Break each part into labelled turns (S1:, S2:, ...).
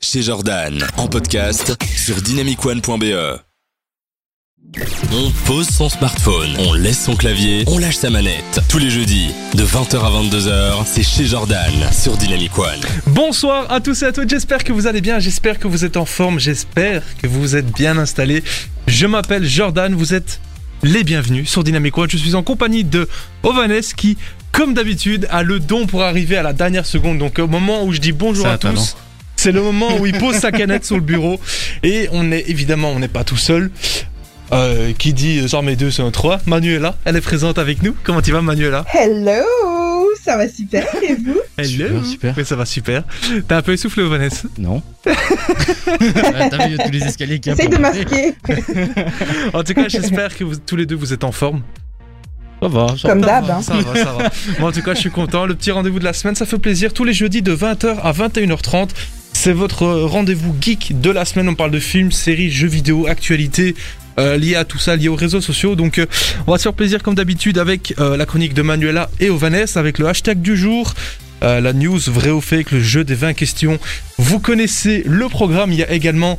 S1: chez Jordan. En podcast sur dynamicone.be. E. On pose son smartphone, on laisse son clavier, on lâche sa manette. Tous les jeudis, de 20h à 22h, c'est chez Jordan sur Dynamic One.
S2: Bonsoir à tous et à toutes, j'espère que vous allez bien, j'espère que vous êtes en forme, j'espère que vous êtes bien installés. Je m'appelle Jordan, vous êtes les bienvenus sur Dynamic One. Je suis en compagnie de Ovanes qui, comme d'habitude, a le don pour arriver à la dernière seconde. Donc au moment où je dis bonjour
S3: Ça
S2: à
S3: a pas, non
S2: tous, c'est le moment où il pose sa canette sur le bureau. Et on est évidemment, on n'est pas tout seul. Euh, qui dit genre mes deux c'est un 3 Manuela, elle est présente avec nous. Comment tu vas Manuela
S4: Hello, ça va super et vous
S3: Hello. super.
S2: Oui, ça va super. T'es un peu essoufflé, Vanessa.
S3: Non.
S5: Ouais, T'as vu tous les escaliers qu'il y a
S4: Essaye
S5: pour
S4: de
S5: monter
S4: masquer
S2: En tout cas, j'espère que vous, tous les deux vous êtes en forme.
S3: Ça va, ça
S4: comme
S2: Ça
S4: d'hab.
S2: va,
S4: hein.
S2: Ça va, ça va. Moi, en tout cas, je suis content. Le petit rendez-vous de la semaine, ça fait plaisir. Tous les jeudis de 20h à 21h30. C'est votre euh, rendez-vous geek de la semaine. On parle de films, séries, jeux vidéo, actualités. euh, liées à tout ça, liées aux réseaux sociaux. Donc, euh, on va se faire plaisir comme d'habitude avec euh, la chronique de Manuela et Ovanès, avec le hashtag du jour, euh, la news vrai ou fake, le jeu des 20 questions. Vous connaissez le programme. Il y a également,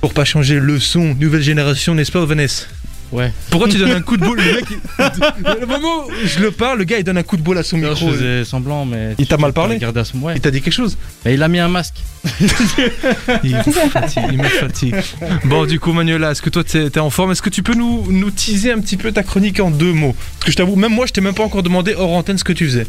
S2: pour pas changer le son, nouvelle génération, n'est-ce pas, Ovanès
S5: Ouais.
S2: pourquoi tu donnes un coup de boule Le mec, il- le moment où je le parle, le gars il donne un coup de boule à son
S5: Non, je
S4: euh.
S2: micro.
S5: faisais semblant, mais.
S2: Il t'a mal parlé
S5: Regarde à ce moment.
S2: Il t'a dit quelque chose
S5: Mais il a mis un masque.
S2: Il me fatigue, il me fatigue. Bon, du coup, Manuela, est-ce que toi t'es t'es en forme Est-ce que tu peux nous, nous teaser un petit peu ta chronique en deux mots Parce que je t'avoue, même moi je t'ai même pas encore demandé hors antenne ce que tu faisais.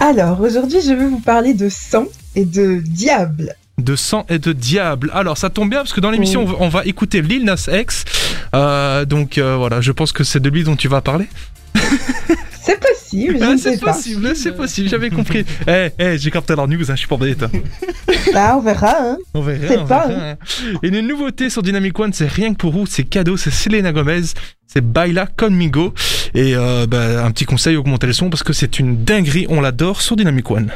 S4: Alors aujourd'hui, je vais vous parler de sang et de diable.
S2: De sang et de diable. Alors, ça tombe bien parce que dans l'émission, on va- on va écouter Lil Nas X. Euh, donc euh, voilà, je pense que c'est de lui dont tu vas parler.
S4: C'est possible, je
S2: Ah,
S4: ne sais
S2: c'est
S4: pas.
S2: possible, c'est possible, j'avais compris. Eh, eh, j'ai capté la news, hein, je suis pas embêté, toi.
S4: Bah, on verra. Hein.
S2: On verra.
S4: C'est
S2: on
S4: pas,
S2: verra, hein. Et une nouveauté sur Dynamic One, c'est rien que pour vous, c'est cadeau, c'est Selena Gomez, c'est Baila Conmigo. Et euh, bah, un petit conseil, augmentez le son parce que c'est une dinguerie, on l'adore sur Dynamic One.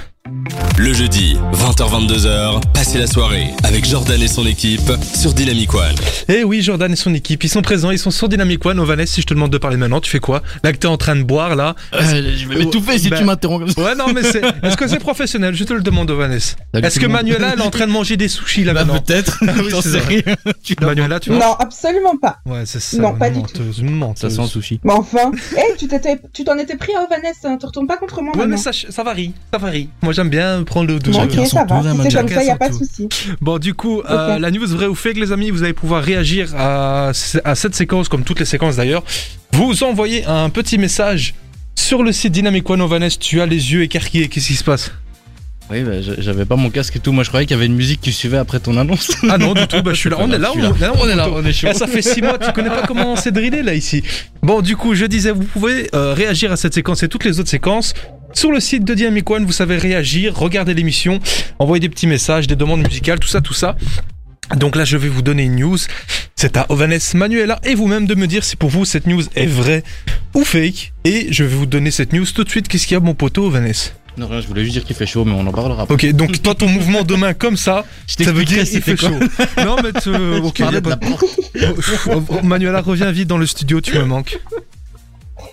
S1: Le jeudi, 20h-22h, passez la soirée avec Jordan et son équipe sur Dynamic One.
S2: Et Eh oui, Jordan et son équipe, ils sont présents, ils sont sur Dynamic One. Ovanes, si je te demande de parler maintenant, tu fais quoi Là que t'es en train de boire, là.
S5: Euh, je vais m'étouffer si
S2: Bah.
S5: tu m'interromps comme ça.
S2: Ouais, non, mais c'est. Est-ce que c'est professionnel Je te le demande, Ovanes.
S5: Salut
S2: Est-ce
S5: tout
S2: que
S5: le monde.
S2: Manuela, elle est en train de manger des sushis là
S5: Bah,
S2: maintenant
S5: peut-être.
S2: oui,
S5: J'en
S2: c'est
S5: sais
S2: vrai.
S5: rien. Tu l'as-
S2: Manuela, tu vois
S4: Non, absolument pas.
S2: Ouais, c'est ça.
S4: Non, pas du
S2: menteuse, menteuse.
S5: sushi.
S4: Mais enfin, hey, tu t'étais- tu t'en étais pris à Ovanès, hein, te retourne pas contre moi
S2: Ouais, mais
S4: maintenant.
S2: ça, ça varie, ça varie. Moi, j'aime bien prendre le
S4: Bon,
S2: douce.
S5: son
S4: ok, ça va.
S5: tour, hein,
S4: Si
S5: Manu.
S4: c'est comme
S2: Chacun
S4: ça, y a
S2: son
S4: pas de
S2: tour.
S4: souci.
S2: Bon, du coup, euh,
S4: Ok.
S2: la news vraie ou fake, les amis, vous allez pouvoir réagir à, ce- à cette séquence, comme toutes les séquences d'ailleurs. Vous envoyez un petit message sur le site Dynamic One Ovanes. Tu as les yeux écarquillés, qu'est-ce qui se passe
S5: Oui, bah, je- j'avais pas mon casque et tout. Moi, je croyais qu'il y avait une musique qui suivait après ton annonce.
S2: Ah non, du tout, bah, je suis là. On est là,
S5: Je suis là.
S2: on est là.
S5: on est chaud.
S2: Eh, ça fait 6 mois, tu connais pas comment on s'est drillé là ici. Bon, du coup, je disais, vous pouvez euh, réagir à cette séquence et toutes les autres séquences. Sur le site de Dynamic One, vous savez réagir, regarder l'émission, envoyer des petits messages, des demandes musicales, tout ça, tout ça. Donc là, je vais vous donner une news. C'est à Ovanes Manuela et vous-même de me dire si pour vous cette news est vraie ou fake. Et je vais vous donner cette news tout de suite. Qu'est-ce qu'il y a, mon poteau, Ovanes
S5: Non, rien, je voulais juste dire qu'il fait chaud, mais on en parlera pas.
S2: Ok, donc toi, ton mouvement de main comme ça,
S5: Je
S2: ça veut dire
S5: t'expliquerai
S2: il
S5: c'était
S2: fait
S5: quoi.
S2: chaud. Non, mais tu- ok, y
S5: Je
S2: a
S5: parlais de
S2: pas-
S5: la porte.
S2: Oh, oh, Manuela, reviens vite dans le studio, tu me manques.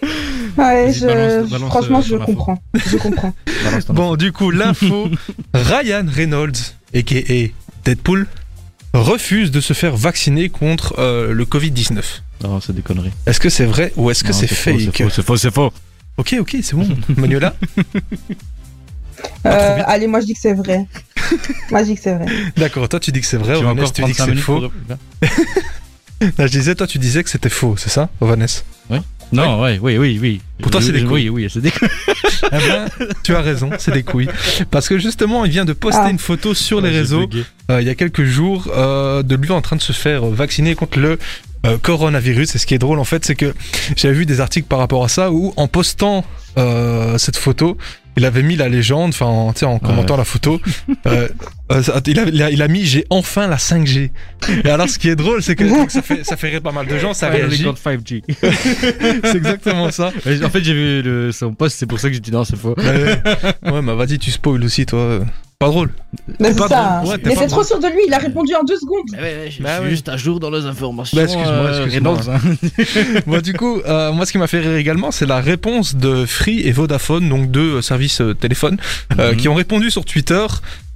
S4: Ouais,
S5: Vas-y,
S4: je...
S5: balance- balance,
S4: franchement,
S5: euh,
S4: je
S5: ton info.
S4: comprends. Je comprends.
S5: Balance ton-
S2: Bon, du coup, l'info Ryan Reynolds, a.k.a. Deadpool, refuse de se faire vacciner contre euh, le Covid-19.
S5: Non, c'est des conneries.
S2: Est-ce que c'est vrai ou est-ce que
S5: Non,
S2: c'est
S5: faux,
S2: fake
S5: C'est faux, c'est faux.
S2: Ok, ok, c'est bon. Manuela
S4: Euh, allez, moi je dis que c'est vrai. moi je dis que c'est vrai.
S2: D'accord, toi tu dis que c'est vrai,
S5: Tu vas
S2: Ovanès
S5: encore
S2: tu dis que
S5: 35
S2: c'est
S5: minutes
S2: faux.
S5: pour-
S2: Non, je disais, toi tu disais que c'était faux, c'est ça, oh, Ovanès
S5: Non, ouais, oui, oui, oui.
S2: Pour toi, c'est des couilles.
S5: Oui, oui, c'est des couilles.
S2: Eh ben, tu as raison, c'est des couilles. Parce que justement, il vient de poster
S4: Ah.
S2: une photo sur les
S5: J'ai
S2: réseaux
S5: bugué.
S2: euh, il y a quelques jours euh, de lui en train de se faire vacciner contre le euh, coronavirus. Et ce qui est drôle en fait, c'est que j'avais vu des articles par rapport à ça où en postant euh, cette photo, il avait mis la légende, enfin en, tu sais, en commentant la photo, euh, euh, ça- il, a, il a- il a mis j'ai enfin la 5G. Et alors ce qui est drôle, c'est que donc, ça, fait, ça fait rire pas mal de gens, ça
S5: Finally
S2: réagit.
S5: got 5G.
S2: C'est exactement ça.
S5: Ouais, En fait, j'ai vu le- son post, c'est pour ça que j'ai dit non, c'est faux.
S2: Ouais, ouais, bah vas-y, tu spoil aussi, toi. Enfin, pas drôle.
S4: Mais
S2: pas
S4: c'est ça. hein.
S2: drôle. Ouais, t'es
S4: mais
S2: pas
S4: c'est
S2: drôle.
S4: trop sûr de lui, il a répondu en deux secondes.
S5: Ouais, ouais, je
S2: Bah
S5: suis
S2: ouais.
S5: juste à jour dans les informations.
S2: Bah, excuse-moi,
S5: euh,
S2: excuse-moi.
S5: Reynolds, hein.
S2: Moi, du coup, euh, moi, ce qui m'a fait rire également, c'est la réponse de Free et Vodafone, donc deux euh, services euh, téléphone, euh,
S5: Mhm.
S2: qui ont répondu sur Twitter.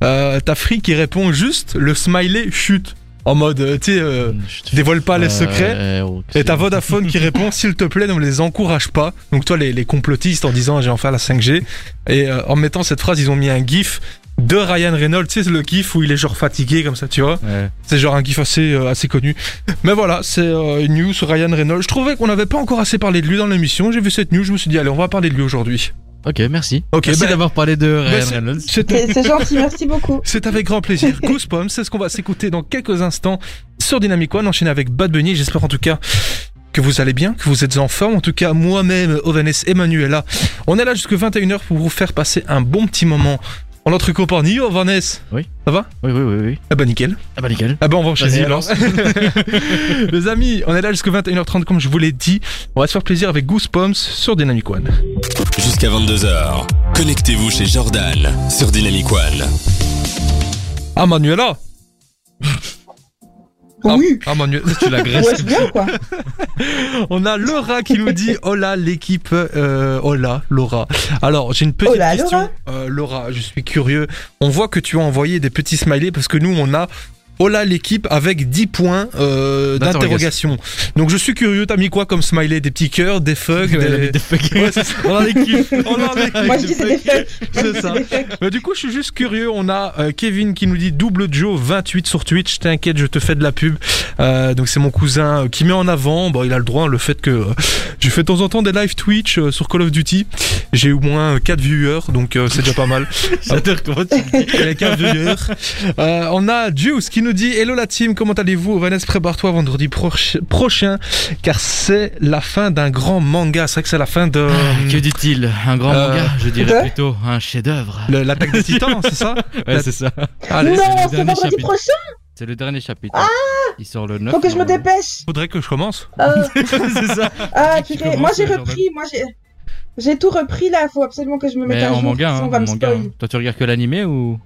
S2: Euh, T'as Free qui répond juste le smiley chute. En mode, euh, tu sais, euh,
S5: Je te
S2: dévoile pas les
S5: fais-
S2: secrets.
S5: Ouais, oh,
S2: Et t'as
S5: c'est-
S2: Vodafone qui répond s'il te plaît, ne me les encourage pas. Donc, toi, les, les complotistes en disant j'ai enfin la 5G. Et euh, en mettant cette phrase, ils ont mis un gif de Ryan Reynolds. Tu sais, c'est le gif où il est genre fatigué comme ça, tu vois.
S5: Ouais.
S2: C'est genre un gif assez, euh, assez connu. Mais voilà, c'est euh, une news sur Ryan Reynolds. Je trouvais qu'on n'avait pas encore assez parlé de lui dans l'émission. J'ai vu cette news, je me suis dit, allez, on va parler de lui aujourd'hui.
S5: Ok, merci.
S2: Ok,
S5: merci
S2: bah-
S5: d'avoir parlé de
S2: Bah,
S5: Ryan
S2: c'est-
S5: Reynolds.
S2: C'est
S4: C'est c'est gentil, merci beaucoup.
S2: c'est avec grand plaisir. Goosebumps, c'est ce qu'on va s'écouter dans quelques instants sur Dynamic One, enchaîné avec Bad Bunny. J'espère en tout cas que vous allez bien, que vous êtes en forme. En tout cas, moi-même, Ovanes et Manuela, on est là jusque 21h pour vous faire passer un bon petit moment en notre compagnie. Ovanes
S5: Oui.
S2: Ça va
S5: Oui, oui, oui, oui.
S2: Ah bah nickel.
S5: Ah bah nickel.
S2: Ah bah on va enchaîner
S5: Vas-y,
S2: alors. Les amis, on est là jusqu'à 21h30 comme je vous l'ai dit. On va se faire plaisir avec Goosebumps sur Dynamic One.
S1: Jusqu'à 22h, connectez-vous chez Jordan sur Dynamic One.
S2: Ah Manuela Ah,
S4: Oui.
S2: Ah Manuela, tu l'agresses.
S4: Ouais, c'est bien quoi.
S2: On a Laura qui nous dit Hola l'équipe. Euh, hola Laura. Alors j'ai une petite
S4: Hola,
S2: question. Euh, Laura, je suis curieux. On voit que tu as envoyé des petits smileys parce que nous on a Hola l'équipe avec 10 points euh,
S4: Bah,
S5: D'interrogation.
S2: d'interrogation. Donc je suis curieux, t'as mis quoi comme smiley Des petits cœurs, des fucks
S5: Ouais,
S2: des...
S5: mais des fuck.
S2: Ouais, c'est ça. On a l'équipe. On a l'équipe.
S4: Moi je dis c'est des fakes. Moi, je dis,
S2: C'est ça.
S4: des fakes.
S2: Mais Euh, du coup, je suis juste curieux. On a euh, Kevin qui nous dit double Joe 28 sur Twitch. T'inquiète, je te fais de la pub. Euh, donc c'est mon cousin euh, qui met en avant. Bon, il a le droit le fait que euh, je fais de temps en temps des live Twitch euh, sur Call of Duty. J'ai au moins 4 viewers, donc euh, c'est déjà pas mal.
S5: J'adore comment tu le dis.
S2: Il y a 4 viewers. Euh, on a Juice qui nous dit Hello la team, comment allez-vous Vanessa, prépare-toi vendredi proche- prochain, car c'est la fin d'un grand manga. C'est vrai Ah, que c'est la fin de
S5: Que dit-il Un grand
S2: Euh,
S5: manga Je
S4: de
S5: dirais plutôt un chef-d'œuvre.
S2: le- l'attaque des Titans, c'est ça
S5: Ouais, c'est ça.
S2: Allez.
S4: Non,
S5: le
S4: c'est
S5: dernier
S4: vendredi
S5: chapitre.
S4: prochain.
S5: C'est le dernier chapitre. Il sort le 9.
S4: Ah! Faut que je me
S5: normalement.
S4: dépêche.
S2: Faudrait que je commence.
S4: Euh,
S5: c'est ça.
S4: ah
S5: Tu
S4: purée. Moi j'ai
S5: commences,
S4: repris. Moi j'ai. J'ai tout repris là, faut absolument que je me mette
S5: Mais
S4: à
S5: en
S4: jour.
S5: manga,
S4: sinon
S5: hein,
S4: on va
S5: en
S4: me
S5: manga.
S4: spoil.
S5: hein. Toi, tu regardes que l'animé ou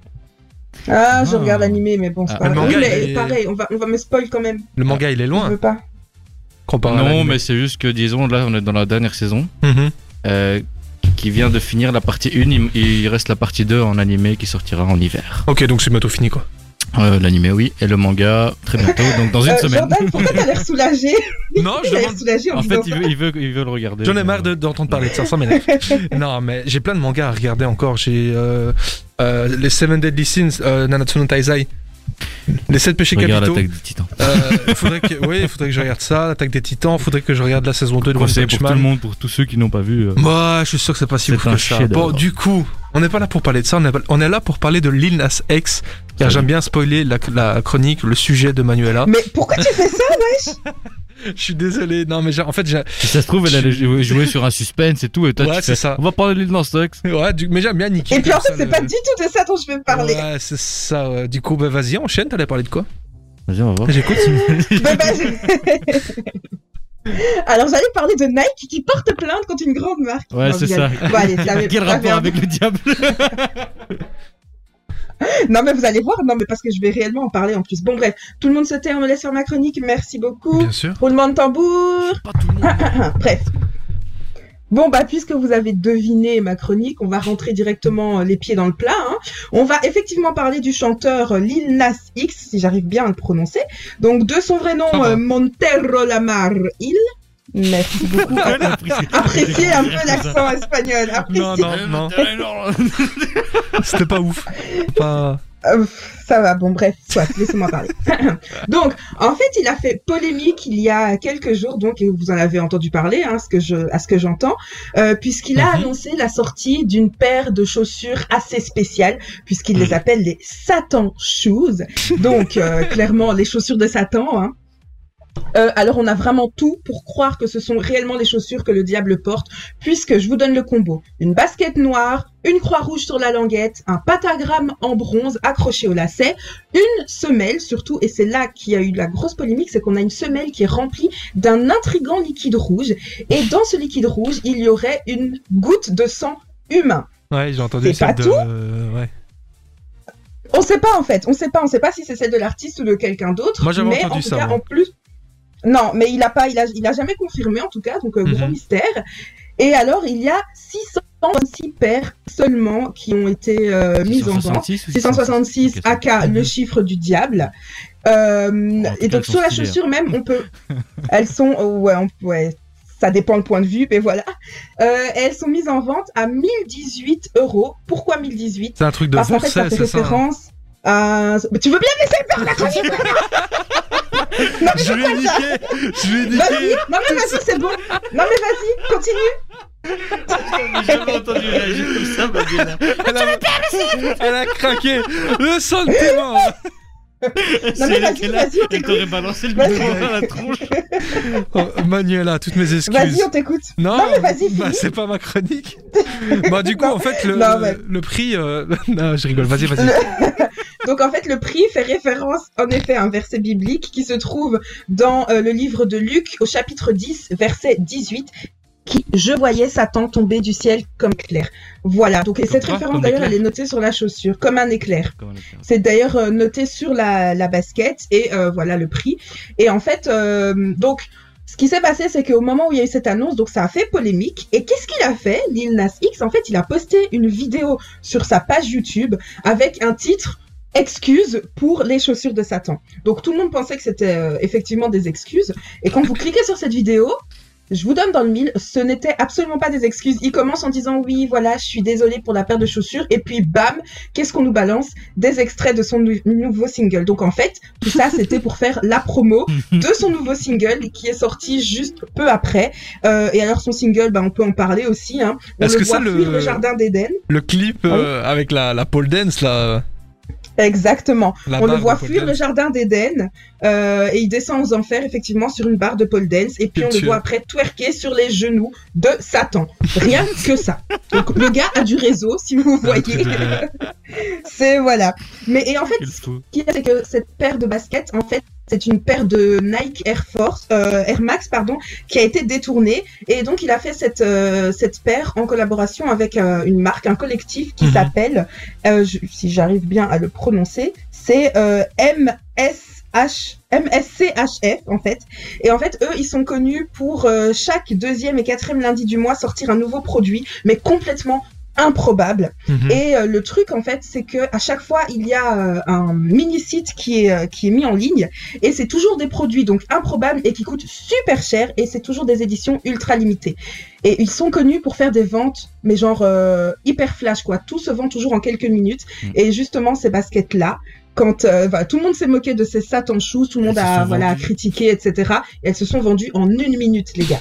S4: Ah, je
S5: Ah.
S4: regarde l'animé, mais bon, c'est
S5: Ah,
S4: pas
S2: le
S4: grave.
S2: manga,
S4: Mais
S2: il est-
S4: pareil, on va, on va me spoil quand même.
S2: Le manga, il est
S4: Je
S2: loin.
S4: veux pas.
S2: Comparé à
S5: Non,
S2: l'anime.
S5: mais c'est juste que disons, là, on est dans la dernière saison
S2: Mhm.
S5: euh, qui vient de finir la partie 1. Il, il reste la partie 2 en animé qui sortira en hiver.
S2: Ok, donc c'est bientôt fini quoi.
S5: Euh, l'animé, oui, et le manga très bientôt, donc dans une
S4: Euh,
S5: semaine.
S4: Jordan, pourquoi t'as l'air soulagé
S2: Non, je
S4: T'as l'air
S2: demande.
S4: soulagé en,
S5: En fait,
S4: disant
S5: il veut, il veut, il veut le regarder.
S2: J'en ai marre de- d'entendre parler de ça, ça m'énerve. non, mais j'ai plein de mangas à regarder encore. J'ai euh, euh, les Seven Deadly Sins, euh, Nanatsu no Taizai, les 7 péchés
S5: Regarde
S2: capitaux.
S5: l'attaque des titans.
S2: Euh, faudrait que, oui, faudrait que je regarde ça, l'attaque des Titans. Faudrait que je regarde la saison 2 de One
S5: Conseil
S2: Punch
S5: pour tout le
S2: Man.
S5: monde, pour tous ceux qui n'ont pas vu. euh,
S2: Moi, je suis sûr que c'est pas si
S5: C'est
S2: ouf
S5: un
S2: que ça.
S5: chef-d'œuvre.
S2: Bon, du coup, on n'est pas là pour parler de ça. On est, on est là pour parler de Lil Nas X, car
S5: Ça
S2: j'aime bien spoiler la, la chronique, le sujet de Manuela.
S4: Mais pourquoi tu fais ça
S2: Je suis désolé. Non, mais j'ai- en fait, j'ai
S5: Si ça se trouve, elle allait jou- jouer sur un suspense et tout, et toi,
S2: Ouais,
S5: tu
S2: c'est
S5: fais,
S2: ça.
S5: On va parler de l'île dans Stocks.
S2: Ouais, du- mais j'aime bien niquer.
S4: Et puis en
S2: comme
S4: fait,
S2: ça,
S4: c'est
S2: le-
S4: pas du tout de ça dont je veux parler.
S2: Ouais, c'est ça. ouais. Du coup, bah vas-y, enchaîne. T'allais parler de quoi
S5: Vas-y, on va voir.
S2: J'écoute.
S4: Bah, bah, je- Alors j'allais parler de Nike qui porte plainte contre une grande marque.
S5: Ouais,
S4: Non,
S5: c'est
S4: je rigole. Bon, allez, ça m'est-
S5: Quel
S4: ça m'est
S5: rapport
S4: un-
S5: avec le diable
S4: Non mais vous allez voir, non mais parce que je vais réellement en parler en plus. Bon bref, tout le monde se tait, on me laisse faire ma chronique, merci beaucoup.
S2: Bien sûr.
S4: Roulement de tambour. Ah,
S5: Pas tout le monde.
S4: Bref. Bon, bah, puisque vous avez deviné ma chronique, on va rentrer directement euh, les pieds dans le plat. hein. On va effectivement parler du chanteur euh, Lil Nas X, si j'arrive bien à le prononcer. Donc, de son vrai nom,
S2: Ça va.
S4: euh, Montero Lamar Hill. Merci beaucoup. Appréciez un peu l'accent espagnol.
S2: Non,
S4: Appréciez.
S5: Euh,
S2: non, non. C'était pas ouf. Pas.
S4: Euh, ça va, bon bref, soit, laissez-moi parler. donc, en fait, il a fait polémique il y a quelques jours, donc et vous en avez entendu parler, hein, ce que je, à ce que j'entends, euh, puisqu'il a
S2: Mhm.
S4: annoncé la sortie d'une paire de chaussures assez spéciales, puisqu'il
S2: Mhm.
S4: les appelle les Satan Shoes, donc euh, clairement les chaussures de Satan. Hein. Euh, alors on a vraiment tout pour croire que ce sont réellement les chaussures que le diable porte, puisque je vous donne le combo. Une basket noire, une croix rouge sur la languette, un pentagramme en bronze accroché au lacet, une semelle surtout, et c'est là qu'il y a eu la grosse polémique, c'est qu'on a une semelle qui est remplie d'un intrigant liquide rouge, et dans ce liquide rouge, il y aurait une goutte de sang humain.
S2: Ouais, j'ai entendu
S4: C'est
S2: ça
S4: pas
S2: de.
S4: tout
S2: euh, Ouais.
S4: On sait pas en fait, on sait pas, on sait pas si c'est celle de l'artiste ou de quelqu'un d'autre.
S2: Moi, j'avais
S4: mais
S2: entendu
S4: en tout
S2: ça,
S4: Cas,
S2: moi.
S4: en plus, non, mais il a pas, il a, il a jamais confirmé en tout cas, donc euh, gros
S2: Mhm.
S4: mystère. Et alors il y a 666 paires seulement qui ont été euh, mises en vente.
S5: 666 ou
S4: 666
S5: Ok, ça-
S4: AK, le chiffre du diable. Euh,
S5: Oh, en tout
S4: et
S5: cas,
S4: donc
S5: elles sont
S4: sur la
S5: stylées,
S4: chaussure même, on peut. elles sont, oh, ouais, on- ouais, ça dépend le point de vue, mais voilà. Euh, elles sont mises en vente à 1018 euros. Pourquoi 1018
S2: C'est un truc de
S4: Parce qu'en fait,
S2: Versailles,
S4: ça fait
S2: c'est ça hein
S4: référence à. Mais tu veux bien laisser faire la chronique Non mais
S2: Je
S4: c'est
S2: l'ai
S4: quoi ça
S2: niqué Je l'ai
S4: Vas-y,
S2: niqué
S4: non mais vas-y, c'est bon. Non mais vas-y, continue.
S5: J'ai jamais entendu réagir comme ça, ma gueule.
S2: Elle a, Elle a craqué Le sang de tes mains
S4: Non mais vas-y, vas-y, on
S5: Elle
S4: t'écoute.
S5: t'aurait balancé le
S4: Vas-y.
S5: micro dans la tronche.
S2: Oh, Manuela, toutes mes excuses.
S4: Vas-y, on t'écoute.
S2: Non,
S4: Non, mais vas-y,
S2: bah,
S4: finis.
S2: c'est pas ma chronique. bah du coup,
S4: Non.
S2: en fait, le,
S4: Non, mais-
S2: le prix... euh, non, je rigole, vas-y, vas-y.
S4: Donc en fait, le prix fait référence en effet à un verset biblique qui se trouve dans euh, le livre de Luc au chapitre 10, verset 18, qui « Je voyais Satan tomber du ciel comme éclair ». Voilà, donc et cette
S2: quoi,
S4: référence
S2: comme
S4: d'ailleurs, elle
S2: éclair
S4: est notée sur la chaussure, comme un éclair.
S5: Comment on appelle ça
S4: C'est d'ailleurs euh, noté sur la, la basket et euh, voilà le prix. Et en fait, euh, donc, ce qui s'est passé, c'est qu'au moment où il y a eu cette annonce, donc ça a fait polémique. Et qu'est-ce qu'il a fait, Lil Nas X En fait, il a posté une vidéo sur sa page YouTube avec un titre Excuse pour les chaussures de Satan. Donc tout le monde pensait que c'était euh, effectivement des excuses. Et quand vous cliquez sur cette vidéo, je vous donne dans le mille, ce n'était absolument pas des excuses. Il commence en disant oui, voilà, je suis désolé pour la paire de chaussures. Et puis bam, qu'est-ce qu'on nous balance Des extraits de son nou- nouveau single. Donc en fait, tout ça c'était pour faire la promo de son nouveau single qui est sorti juste peu après. Euh, et alors son single, bah, on peut en parler aussi. Hein. On
S2: Est-ce
S4: le
S2: que
S4: voit
S2: c'est le-
S4: fuir le jardin d'Éden.
S2: Le clip euh,
S4: Ah
S2: avec la, la pole dance, là...
S4: Exactement.
S2: La
S4: on
S2: barre
S4: le
S2: de
S4: voit
S2: pole
S4: fuir le
S2: dance.
S4: jardin d'Éden euh, et il descend aux enfers effectivement sur une barre de pole dance et puis on le
S2: Culture.
S4: voit après twerker sur les genoux de Satan. Rien que ça. Donc le gars a du réseau si vous
S2: Ah,
S4: voyez. c'est voilà. Mais et en fait
S5: Ah, Quel fou.
S4: ce qu'il y a, c'est que cette paire de baskets, en fait, c'est une paire de Nike Air Force, euh, Air Max, pardon, qui a été détournée. Et donc, il a fait cette, euh, cette paire en collaboration avec euh, une marque, un collectif qui
S2: Mhm.
S4: s'appelle, euh, je- si j'arrive bien à le prononcer, c'est euh, MSH. MSCHF en fait et en fait eux ils sont connus pour euh, chaque deuxième et quatrième lundi du mois sortir un nouveau produit mais complètement improbable
S5: Mm.
S2: Mhm.
S4: et euh, le truc, en fait, c'est que à chaque fois, il y a euh, un mini-site qui est, euh, qui est mis en ligne. Et c'est toujours des produits donc improbables et qui coûtent super cher. Et c'est toujours des éditions ultra limitées. Et ils sont connus pour faire des ventes, mais genre euh, hyper flash, quoi. Tout se vend toujours en quelques minutes.
S5: Mm.
S4: Et justement, ces baskets-là, quand euh, voilà, tout le monde s'est moqué de ces satans shoes, tout le monde
S5: Elles se
S4: a
S5: sont
S4: voilà,
S5: vendues.
S4: critiqué, etc. Et elles se sont vendues en une minute, les gars.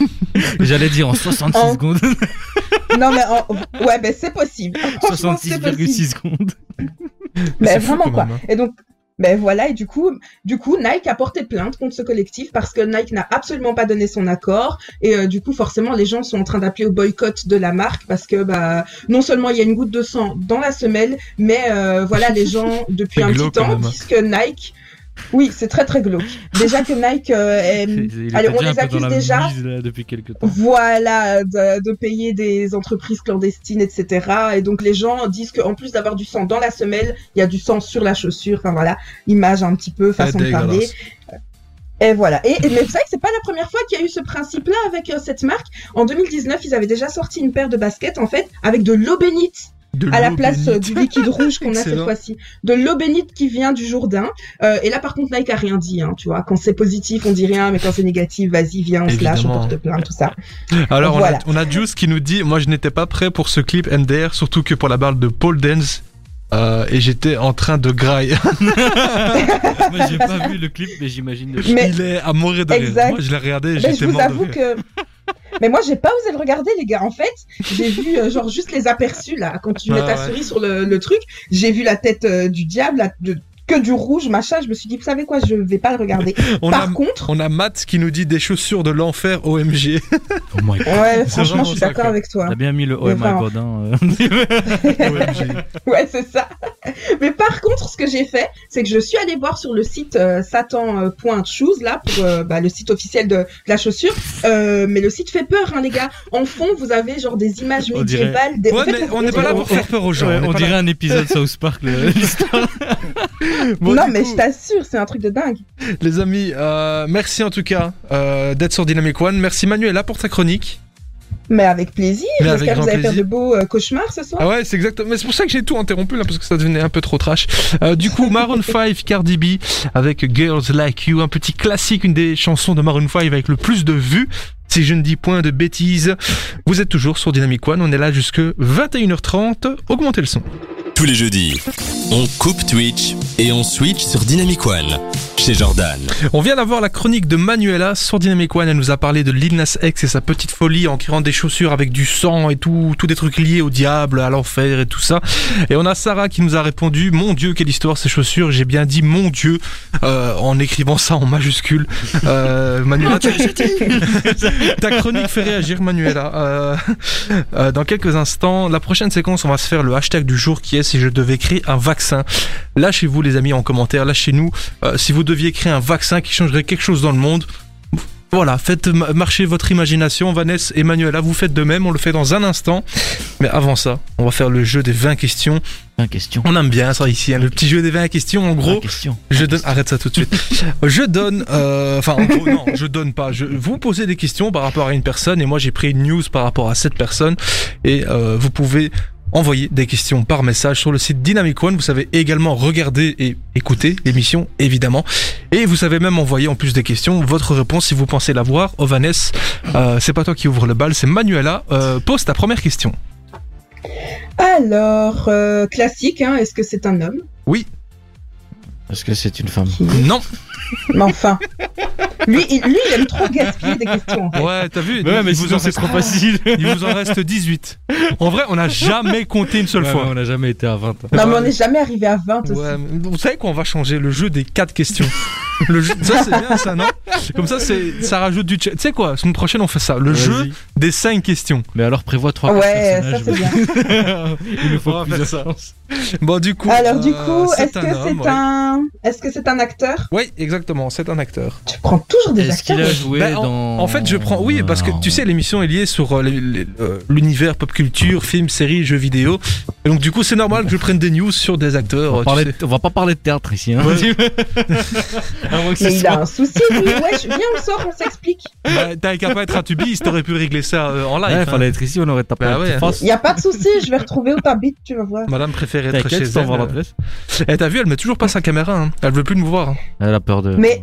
S5: J'allais dire en 66
S4: En-
S5: secondes.
S4: non, mais en- ouais, ben c'est possible. Franchement, c'est possible.
S5: 66,6 secondes.
S4: Mais
S2: C'est fou
S4: ben, vraiment
S2: quand
S4: quoi.
S2: même, hein.
S4: Et donc, ben voilà, et du coup, du coup, Nike a porté plainte contre ce collectif parce que Nike n'a absolument pas donné son accord. Et euh, du coup, forcément, les gens sont en train d'appeler au boycott de la marque parce que bah, non seulement il y a une goutte de sang dans la semelle, mais euh, voilà, les gens, depuis
S2: C'est
S4: un petit
S2: glauque, quand
S4: temps,
S2: même.
S4: disent que Nike. Oui, c'est très très glauque. Déjà que Nike. euh, est-
S5: Il
S4: Allez,
S5: était déjà
S4: on
S5: un
S4: les
S5: peu dans
S4: accuse
S5: la
S4: déjà.
S5: mise, là, depuis quelques temps.
S4: Voilà, de, de payer des entreprises clandestines, etc. Et donc les gens disent qu'en plus d'avoir du sang dans la semelle, il y a du sang sur la chaussure. Enfin voilà, image un petit peu, façon
S2: Ah,
S4: de parler.
S2: dégueulasse.
S4: Et voilà. Et, et- mais vous savez que c'est pas la première fois qu'il y a eu ce principe-là avec euh, cette marque. En 2019, ils avaient déjà sorti une paire de baskets, en fait, avec de l'eau bénite
S2: De
S4: à la
S2: l'eau
S4: place euh,
S2: bénite.
S4: du liquide rouge qu'on a cette
S2: Excellent.
S4: fois-ci. De l'eau bénite qui vient du Jourdain. Euh, et là, par contre, Nike a rien dit, hein, tu vois. Quand c'est positif, on dit rien, mais quand c'est négatif, vas-y, viens, on se lâche, on
S2: Évidemment.
S4: porte plainte, tout ça.
S2: Alors, on a-
S4: Voilà.
S2: on, a, Juice qui nous dit Moi, je n'étais pas prêt pour ce clip MDR, surtout que pour la barre de Paul Dance. euh, et j'étais en train de grailler.
S5: Moi, j'ai pas vu le clip, mais j'imagine. le-
S4: Mais
S2: Il est à mourir de rire.
S4: Exact.
S2: Moi, je l'ai regardé et
S4: Ben,
S2: j'étais
S4: je vous
S2: mort de
S4: avoue
S2: rire.
S4: que. Mais moi, j'ai pas osé le regarder, les gars. En fait, j'ai vu euh, genre juste les aperçus là. Quand tu mets
S2: Ah
S4: ta
S2: ouais.
S4: souris sur le, le truc, j'ai vu la tête euh, du diable, la- de- que du rouge, machin. Je me suis dit, vous savez quoi, je vais pas le regarder.
S2: On a,
S4: Par contre,
S2: on a Matt qui nous dit des chaussures de l'enfer OMG.
S5: Oh my god.
S4: ouais,
S2: vraiment
S4: franchement, je suis
S2: ça,
S4: d'accord
S2: quoi.
S4: avec toi.
S5: T'as bien mis le Oh
S4: Mais
S5: my
S4: vraiment.
S5: god. hein, euh.
S2: OMG.
S4: Ouais, c'est ça. Mais par contre, ce que j'ai fait, c'est que je suis allée voir sur le site euh, satan.shoes, là, pour euh, bah, le site officiel de, de la chaussure. Euh, mais le site fait peur, hein, les gars. En fond, vous avez genre des images
S5: On dirait-
S4: médiévales. Des... en
S2: Ouais,
S4: fait,
S2: mais
S4: on-
S2: on n'est pas là pour faire peur aux gens.
S5: Ouais,
S2: on est
S5: on
S2: pas
S5: dirait
S2: là-
S5: un épisode South Park. le- l'histoire.
S2: Bon,
S4: non,
S2: du
S4: mais
S2: coup,
S4: je t'assure, c'est un truc de dingue.
S2: Les amis, euh, merci en tout cas euh, d'être sur Dynamic One. Merci Manuela pour ta chronique.
S4: Mais avec plaisir.
S2: Mais avec
S4: J'espère que
S2: grand
S4: vous allez faire de
S2: plaisir.
S4: beaux euh, cauchemars ce soir.
S2: Ah ouais, c'est exactement. Mais c'est pour ça que j'ai tout interrompu là parce que ça devenait un peu trop trash. Euh, du coup, Maroon 5, Cardi B avec Girls Like You, un petit classique, une des chansons de Maroon 5 avec le plus de vues. Si je ne dis point de bêtises, vous êtes toujours sur Dynamic One. On est là jusque 21h30. Augmentez le son.
S1: Tous les jeudis, on coupe Twitch et on switch sur Dynamic One chez Jordan.
S2: On vient d'avoir la chronique de Manuela sur Dynamic One. Elle nous a parlé de Lil Nas X et sa petite folie en créant des chaussures avec du sang et tout, tout des trucs liés au diable, à l'enfer et tout ça. Et on a Sarah qui nous a répondu Mon Dieu, quelle histoire ces chaussures J'ai bien dit Mon Dieu euh, en écrivant ça en majuscule. Euh, Manuela, ta, ta chronique fait réagir Manuela. Euh, euh, dans quelques instants, la prochaine séquence, on va se faire le hashtag du jour qui est si je devais créer un vaccin. Lâchez-vous les amis en commentaire, lâchez-nous euh, si vous deviez créer un vaccin qui changerait quelque chose dans le monde, voilà, faites ma- marcher votre imagination. Vanessa et Manuela, vous faites de même, on le fait dans un instant. Mais avant ça, on va faire le jeu des 20 questions.
S5: Un question.
S2: On aime bien ça ici, hein, le petit jeu des 20 questions. En
S5: Un
S2: gros,
S5: question.
S2: je donne. Arrête ça tout de suite. Je donne. euh, Enfin, en gros, non, je donne pas. Je, vous posez des questions par rapport à une personne et moi j'ai pris une news par rapport à cette personne et euh, vous pouvez envoyer des questions par message sur le site Dynamic One. Vous savez également regarder et écouter l'émission évidemment et vous savez même envoyer en plus des questions votre réponse si vous pensez l'avoir. Ovanès, euh, c'est pas toi qui ouvre le bal, c'est Manuela. Euh, pose ta première question.
S4: Alors, euh, classique, hein, est-ce que c'est un homme
S5: Est-ce que c'est une femme
S2: Non.
S4: Mais enfin. Lui il, lui, il aime trop gaspiller des questions.
S2: Ouais, t'as vu
S5: Ouais, mais
S2: il vous
S5: sinon
S2: en
S5: c'est
S2: reste-
S5: trop facile.
S2: Il vous en reste 18. En vrai, on n'a jamais compté une seule
S5: Ouais,
S2: fois.
S5: mais On n'a jamais été à 20. hein.
S4: Non, mais on n'est jamais arrivé à 20 aussi.
S2: Ouais, mais vous savez quoi On va changer le jeu des 4 questions. Le jeu- ça c'est bien ça, non Comme ça, c'est ça rajoute du. tcha- Tu sais quoi Semaine prochaine, on fait ça. Le
S5: Vas-y.
S2: jeu des 5 questions.
S5: Mais alors prévois trois
S4: Ouais, ça
S5: personnages.
S4: c'est bien.
S5: Il nous
S2: On
S5: faut
S2: va faire
S5: plusieurs
S2: ça.
S5: chances.
S2: Bon, du coup.
S4: Alors du
S2: euh,
S4: coup, est-ce que
S2: homme,
S4: c'est
S2: ouais.
S4: un, est-ce que c'est un acteur
S2: Oui, exactement. C'est un acteur.
S4: Tu prends toujours des
S5: Est-ce
S4: acteurs.
S5: qu'il a joué
S2: Ben,
S5: dans.
S2: En fait, je prends. Oui, parce que tu sais, l'émission est liée sur euh, les- les- euh, l'univers pop culture, films, séries, jeux vidéo. Et donc, du coup, c'est normal que je prenne des news sur des acteurs. euh,
S5: On va,
S2: tu
S5: parler
S2: sais.
S5: de- on va pas parler de théâtre ici. Hein. À moins que ce
S4: Mais il
S5: soit-
S4: a un souci, lui. Ouais, je- viens, on sort, on s'explique.
S2: Bah, T'as qu'à pas être à Tubi, t'aurais pu régler ça euh, en live.
S5: Ouais,
S2: hein.
S5: fallait être ici, on aurait tapé
S2: Bah
S5: la petite
S2: ouais.
S5: face.
S4: Il n'y a pas de souci, je vais retrouver où t'habites, tu vas voir.
S2: Madame préfère être chez
S5: T'inquiète, je t'envoie
S2: elle.
S5: l'adresse.
S2: Eh, t'as vu, elle met toujours pas sa caméra. Hein. Elle veut plus nous voir. hein.
S5: Elle a peur de. Ouais.
S4: Mais-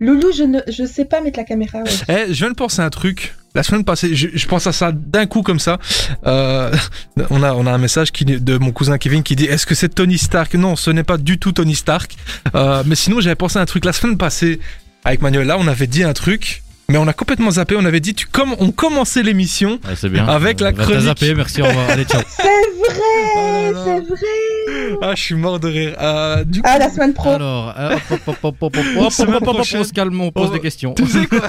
S4: Loulou, je ne je sais pas mettre la caméra. ouais.
S2: Eh, je viens de penser à un truc. La semaine passée, je, je pense à ça d'un coup comme ça. Euh, on, a, on a un message qui, de mon cousin Kevin qui dit Est-ce que c'est Tony Stark Non, ce n'est pas du tout Tony Stark. Euh, mais sinon, j'avais pensé à un truc. La semaine passée, avec Manuela, on avait dit un truc, mais on a complètement zappé. On avait dit tu, comme, On commençait l'émission.
S5: Ouais, c'est bien.
S2: Avec la
S5: Va t'as
S2: chronique.
S5: zappé, merci, on va aller ciao.
S4: C'est vrai,
S2: Oh là là.
S4: c'est vrai.
S2: Ah, je suis mort de rire. Euh, du coup,
S4: Ah, la semaine pro.
S5: Alors, euh, hop, hop, hop, hop, hop, hop, hop, hop,
S2: Semaine
S5: hop, hop,
S2: prochaine. Oh.
S5: on se calme, on pose
S2: On-
S5: des questions.
S2: tu sais quoi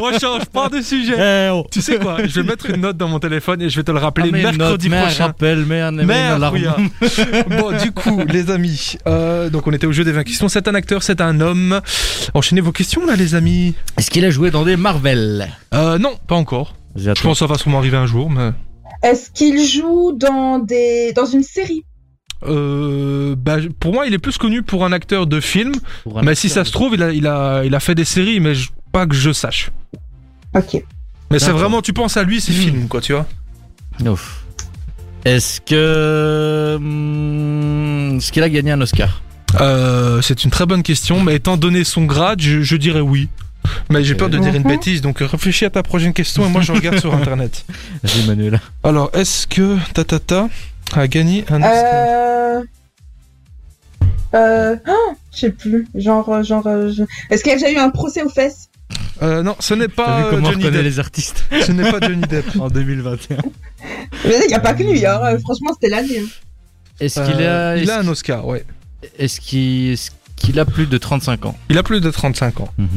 S2: On change pas de sujet.
S5: Eh oh.
S2: Tu sais quoi Je vais mettre une note dans mon téléphone et je vais te le
S5: Ah,
S2: rappeler
S5: mais une note,
S2: mercredi
S5: mais un
S2: prochain.
S5: rappel, mais un- mais une
S2: Merde,
S5: alarme.
S2: oui, hein. bon, du coup, les amis, euh, donc on était au jeu des 20 questions. C'est un acteur, c'est un homme. Enchaînez vos questions là, les amis.
S5: Est-ce qu'il a joué dans des Marvel
S2: Euh, non, pas encore. Je pense que ça va sûrement arriver un jour, mais.
S4: Est-ce qu'il joue dans des dans une série
S2: Euh, bah, pour moi, il est plus connu pour un acteur de film.
S5: Pour un
S2: mais si ça
S5: acteur
S2: se trouve, il a, il a, il a fait des séries, mais je- pas que je sache.
S4: Ok.
S2: Mais c'est
S5: D'accord.
S2: vraiment, tu penses à lui, c'est
S5: Hmm.
S2: film, quoi, tu vois.
S5: de- Ouf. Est-ce que. hmm, Est-ce qu'il a gagné un Oscar
S2: Euh, c'est une très bonne question, mais étant donné son grade, je, je dirais oui. Mais j'ai peur de dire une
S4: Mhm.
S2: bêtise, donc euh, réfléchis à ta prochaine question et moi je regarde sur internet.
S5: Vas-y, Manuela.
S2: Alors, est-ce que Tatata a gagné un Oscar
S4: Euh... Euh... ah, je sais plus. Genre, euh, genre. euh, je- Est-ce qu'il y a déjà eu un procès aux fesses
S2: Euh, Non, ce n'est
S5: T'as
S2: pas
S5: vu
S2: euh,
S5: comment on
S2: Johnny
S5: reconnaît
S2: Depp.
S5: les artistes
S2: Ce n'est pas Johnny Depp.
S5: en 2021
S4: Mais Il n'y a pas que lui. Hein. Euh, Franchement, c'était l'année. hein.
S5: Est-ce
S2: Euh,
S5: qu'il a,
S2: il
S5: est-ce
S2: a un Oscar, ouais.
S5: Est-ce qu'il est-ce qu'il a plus de 35 ans
S2: Il a plus de 35 ans.
S5: Mhm.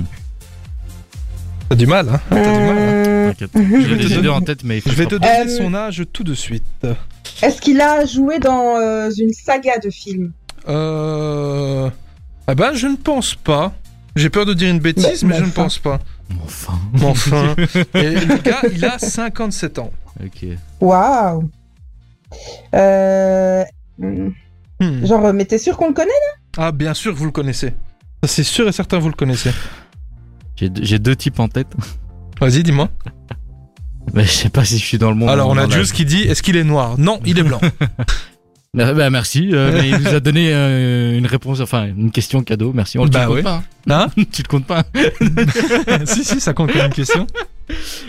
S2: T'as du mal, hein T'as du mal, hein
S5: T'inquiète. Je
S2: vais te
S5: les ai
S2: donner-
S5: deux en tête, mais
S2: Je vais te donner
S4: Euh,
S2: son âge tout de suite.
S4: Est-ce qu'il a joué dans euh, une saga de films
S2: Euh... Ah ben, je ne pense pas. J'ai peur de dire une bêtise,
S4: Mais-
S2: mais,
S4: mais
S2: je ne
S4: enfin.
S2: pense pas.
S5: Enfin.
S2: Mais Enfin. Et le gars, il a 57 ans.
S5: Ok.
S4: Waouh Euh, hmm,
S2: Hmm.
S4: Genre, euh, mais t'es sûr qu'on le connaît
S2: Ah, bien sûr que vous le connaissez. Ça, C'est sûr et certain, vous le connaissez.
S5: J'ai deux, j'ai deux types en tête.
S2: Vas-y, dis-moi.
S5: Mais je sais pas si je suis dans le monde.
S2: Alors, on a
S5: Dans la-
S2: Jules qui dit est-ce qu'il est noir Non, il est blanc.
S5: Bah, bah, merci. euh, mais il nous a donné euh, une réponse, enfin une question cadeau. Merci. On le
S2: Bah
S5: tu le comptes
S2: ouais.
S5: pas. hein.
S2: Hein
S5: tu le comptes pas.
S2: Si, si, ça compte comme une question.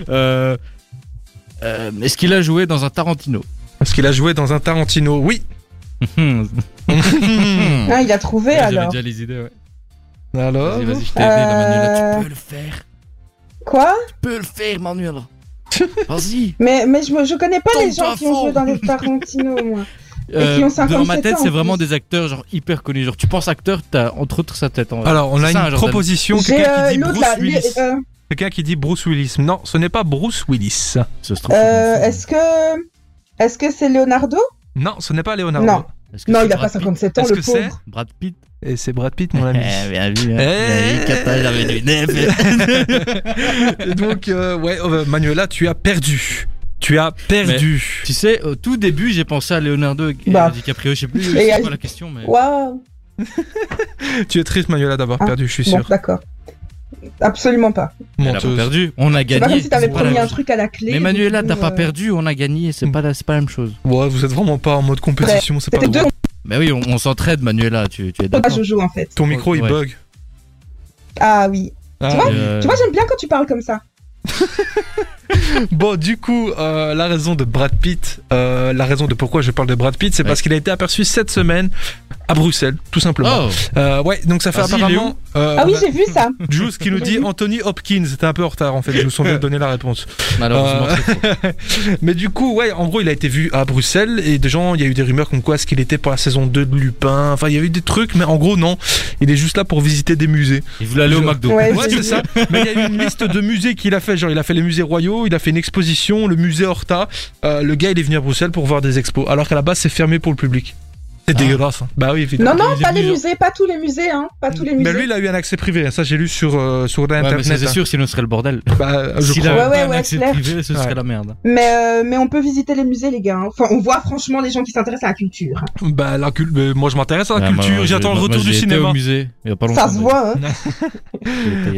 S5: Euh, euh, Est-ce qu'il a joué dans un Tarantino
S2: Parce qu'il a joué dans un Tarantino. Oui.
S5: Hum, hum.
S4: Ah, il a trouvé
S5: J'avais
S4: alors.
S5: déjà les idées. Ouais.
S2: Alors.
S5: Vas-y, vas-y, je t'ai aidé, là, Manuela.
S4: Euh.
S5: Tu peux le faire.
S4: Quoi
S5: Tu peux le faire, Manuela. Vas-y.
S4: Mais, mais je, me- je connais pas
S5: Tombe
S4: les gens
S5: pas
S4: qui ont
S5: faux.
S4: joué dans les Tarantino, moi.
S5: Euh,
S4: qui ont 57
S5: dans ma tête,
S4: ans, en
S5: c'est vraiment
S4: plus.
S5: des acteurs genre hyper connus. Genre, tu penses acteur, t'as entre autres sa tête. En vrai.
S2: Alors, on a
S5: C'est ça, hein,
S2: une
S5: Jordan.
S2: proposition.
S4: J'ai
S2: Quelqu'un
S4: euh,
S2: qui dit
S4: l'autre
S2: Bruce
S4: là.
S2: Willis.
S4: les- euh,
S2: Quelqu'un qui dit Bruce Willis. Non, ce n'est pas Bruce Willis.
S5: Ça se trouve,
S4: euh,
S5: c'est-
S4: Est-ce que. Est-ce que c'est Leonardo
S2: Non, ce n'est pas Leonardo.
S4: Non.
S5: est-ce que
S4: Non,
S5: c'est
S4: il a
S5: Brad
S4: pas
S5: Pitt
S4: 57 ans,
S2: Est-ce
S4: le
S2: que c'est
S4: pauvre.
S5: Brad Pitt.
S2: Et c'est Brad Pitt, mon ami.
S5: Eh, bien vu. Hein.
S2: Eh.
S5: Il a eu 14 avec lui. Neuf.
S2: Et donc, euh, ouais, euh, Manuela, tu as perdu. Tu as perdu.
S5: Tu sais, au tout début, j'ai pensé à Leonardo et
S4: Bah.
S5: DiCaprio. Je sais plus
S4: Et
S5: c'est
S4: à-
S5: quoi la question, mais.
S4: Waouh
S2: Tu es triste, Manuela, d'avoir
S4: Ah,
S2: perdu, je suis
S4: Bon,
S2: sûr.
S4: d'accord. Absolument pas.
S5: Elle a pas
S2: Menteuse.
S5: perdu. On a
S4: C'est
S5: gagné.
S4: pas comme si t'avais
S5: c'est pas la
S4: promis
S5: même
S4: un
S5: chose.
S4: truc à la clé.
S5: Mais Manuela,
S4: du
S5: t'as
S4: coup,
S5: pas
S4: euh,
S5: perdu, on a gagné,
S2: Hmm.
S5: c'est pas, la- c'est pas la même chose.
S2: Ouais, vous êtes vraiment pas en mode compétition, c'est pas
S4: C'était deux
S2: drôle.
S5: Mais oui, on, on s'entraide, Manuela, tu, tu es
S4: pas
S5: d'accord.
S4: Jojo en fait.
S2: Ton micro, il
S5: Ouais.
S2: bug.
S4: Ah oui.
S2: Ah.
S4: vois
S5: Euh,
S4: Tu vois, j'aime bien quand tu parles comme ça.
S2: Bon, du coup, euh, la raison de Brad Pitt, euh, la raison de pourquoi je parle de Brad Pitt, c'est
S5: Ouais.
S2: parce qu'il a été aperçu cette semaine à Bruxelles, tout simplement.
S5: Oh,
S2: Euh, ouais, donc ça fait
S5: Vas-y, il est
S2: apparemment. euh,
S4: Ah oui,
S2: on a
S4: j'ai vu ça.
S2: Juice qui nous dit Anthony Hopkins. C'était un peu en retard en fait, je vous de donner la réponse.
S5: malheureusement.
S2: Euh,
S5: c'est faux.
S2: Mais du coup, ouais, en gros, il a été vu à Bruxelles et des gens, il y a eu des rumeurs comme quoi ce qu'il était pour la saison 2 de Lupin. Enfin, il y a eu des trucs, mais en gros, non. Il est juste là pour visiter des musées.
S5: Il voulait aller au McDo.
S4: Ouais,
S2: Ouais,
S4: j'ai
S2: c'est
S4: vu.
S2: ça. Mais il y a eu une liste de musées qu'il a fait. Genre, il a fait les musées royaux, il a fait une exposition, le musée Horta. Euh, le gars, il est venu à Bruxelles pour voir des expos, alors qu'à la base, c'est fermé pour le public. C'est
S5: Ah.
S2: dégueulasse. hein. Bah oui, évidemment.
S4: Non, non,
S5: les
S4: pas les
S5: musées.
S4: musées, pas tous les musées, hein. Pas tous les musées.
S2: Mais lui, il a eu un accès privé. Ça, j'ai lu sur, euh, sur
S5: Ouais, mais ça,
S2: Internet.
S5: c'est sûr, sinon ce serait le bordel.
S2: hein. Bah, je
S5: S'il
S2: crois.
S5: avait
S4: Ouais, ouais,
S5: pas un
S4: ouais,
S5: accès
S4: clair.
S5: privé, ce
S2: Ouais.
S5: serait la merde.
S4: Mais, euh, mais on peut visiter les musées, les gars. hein. Enfin, on voit franchement les gens qui s'intéressent à la culture.
S2: Bah, la cul- mais moi, je m'intéresse à la
S5: Ouais, moi,
S2: Ah, culture.
S5: moi,
S2: J'attends
S5: j'ai-
S2: le
S5: moi,
S2: retour
S5: j'ai
S2: du
S5: été
S2: cinéma.
S5: au musée, euh, il y a pas longtemps.
S4: Ça se voit, hein.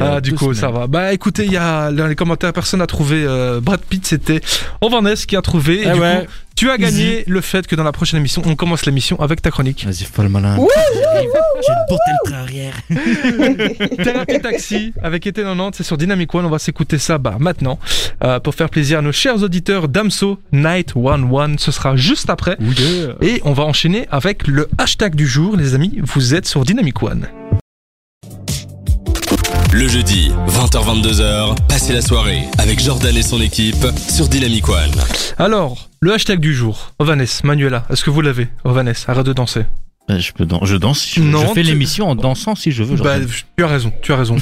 S2: Ah, du coup, ça va. Bah, écoutez, il y a dans les commentaires, personne n'a trouvé. euh, Brad Pitt, c'était Vannes qui a trouvé. Et du coup, tu as gagné le fait que dans la prochaine émission, on commence l'émission avec ta chronique.
S5: Vas-y, fais pas le malin.
S4: Wouh,
S5: J'arrive, J'ai le porté le train arrière.
S4: hein.
S2: Thérapie Taxi avec été 90, c'est sur Dynamic One. On va s'écouter ça bah, maintenant euh, pour faire plaisir à nos chers auditeurs d'Amso Night 11. Ce sera juste après. Et on va enchaîner avec le hashtag du jour, les amis. Vous êtes sur Dynamic One.
S1: Le jeudi, 20h-22h, passez la soirée avec Jordan et son équipe sur Dynamic One.
S2: Alors, le hashtag du jour. Ovanes, Manuela, est-ce que vous l'avez Ovanes, arrête de danser.
S5: Bah, je peux dan- je danse si je veux.
S2: Non,
S5: je fais
S2: tu-
S5: l'émission en dansant si je veux.
S2: Bah,
S5: Jordan.
S2: tu as raison, tu as raison.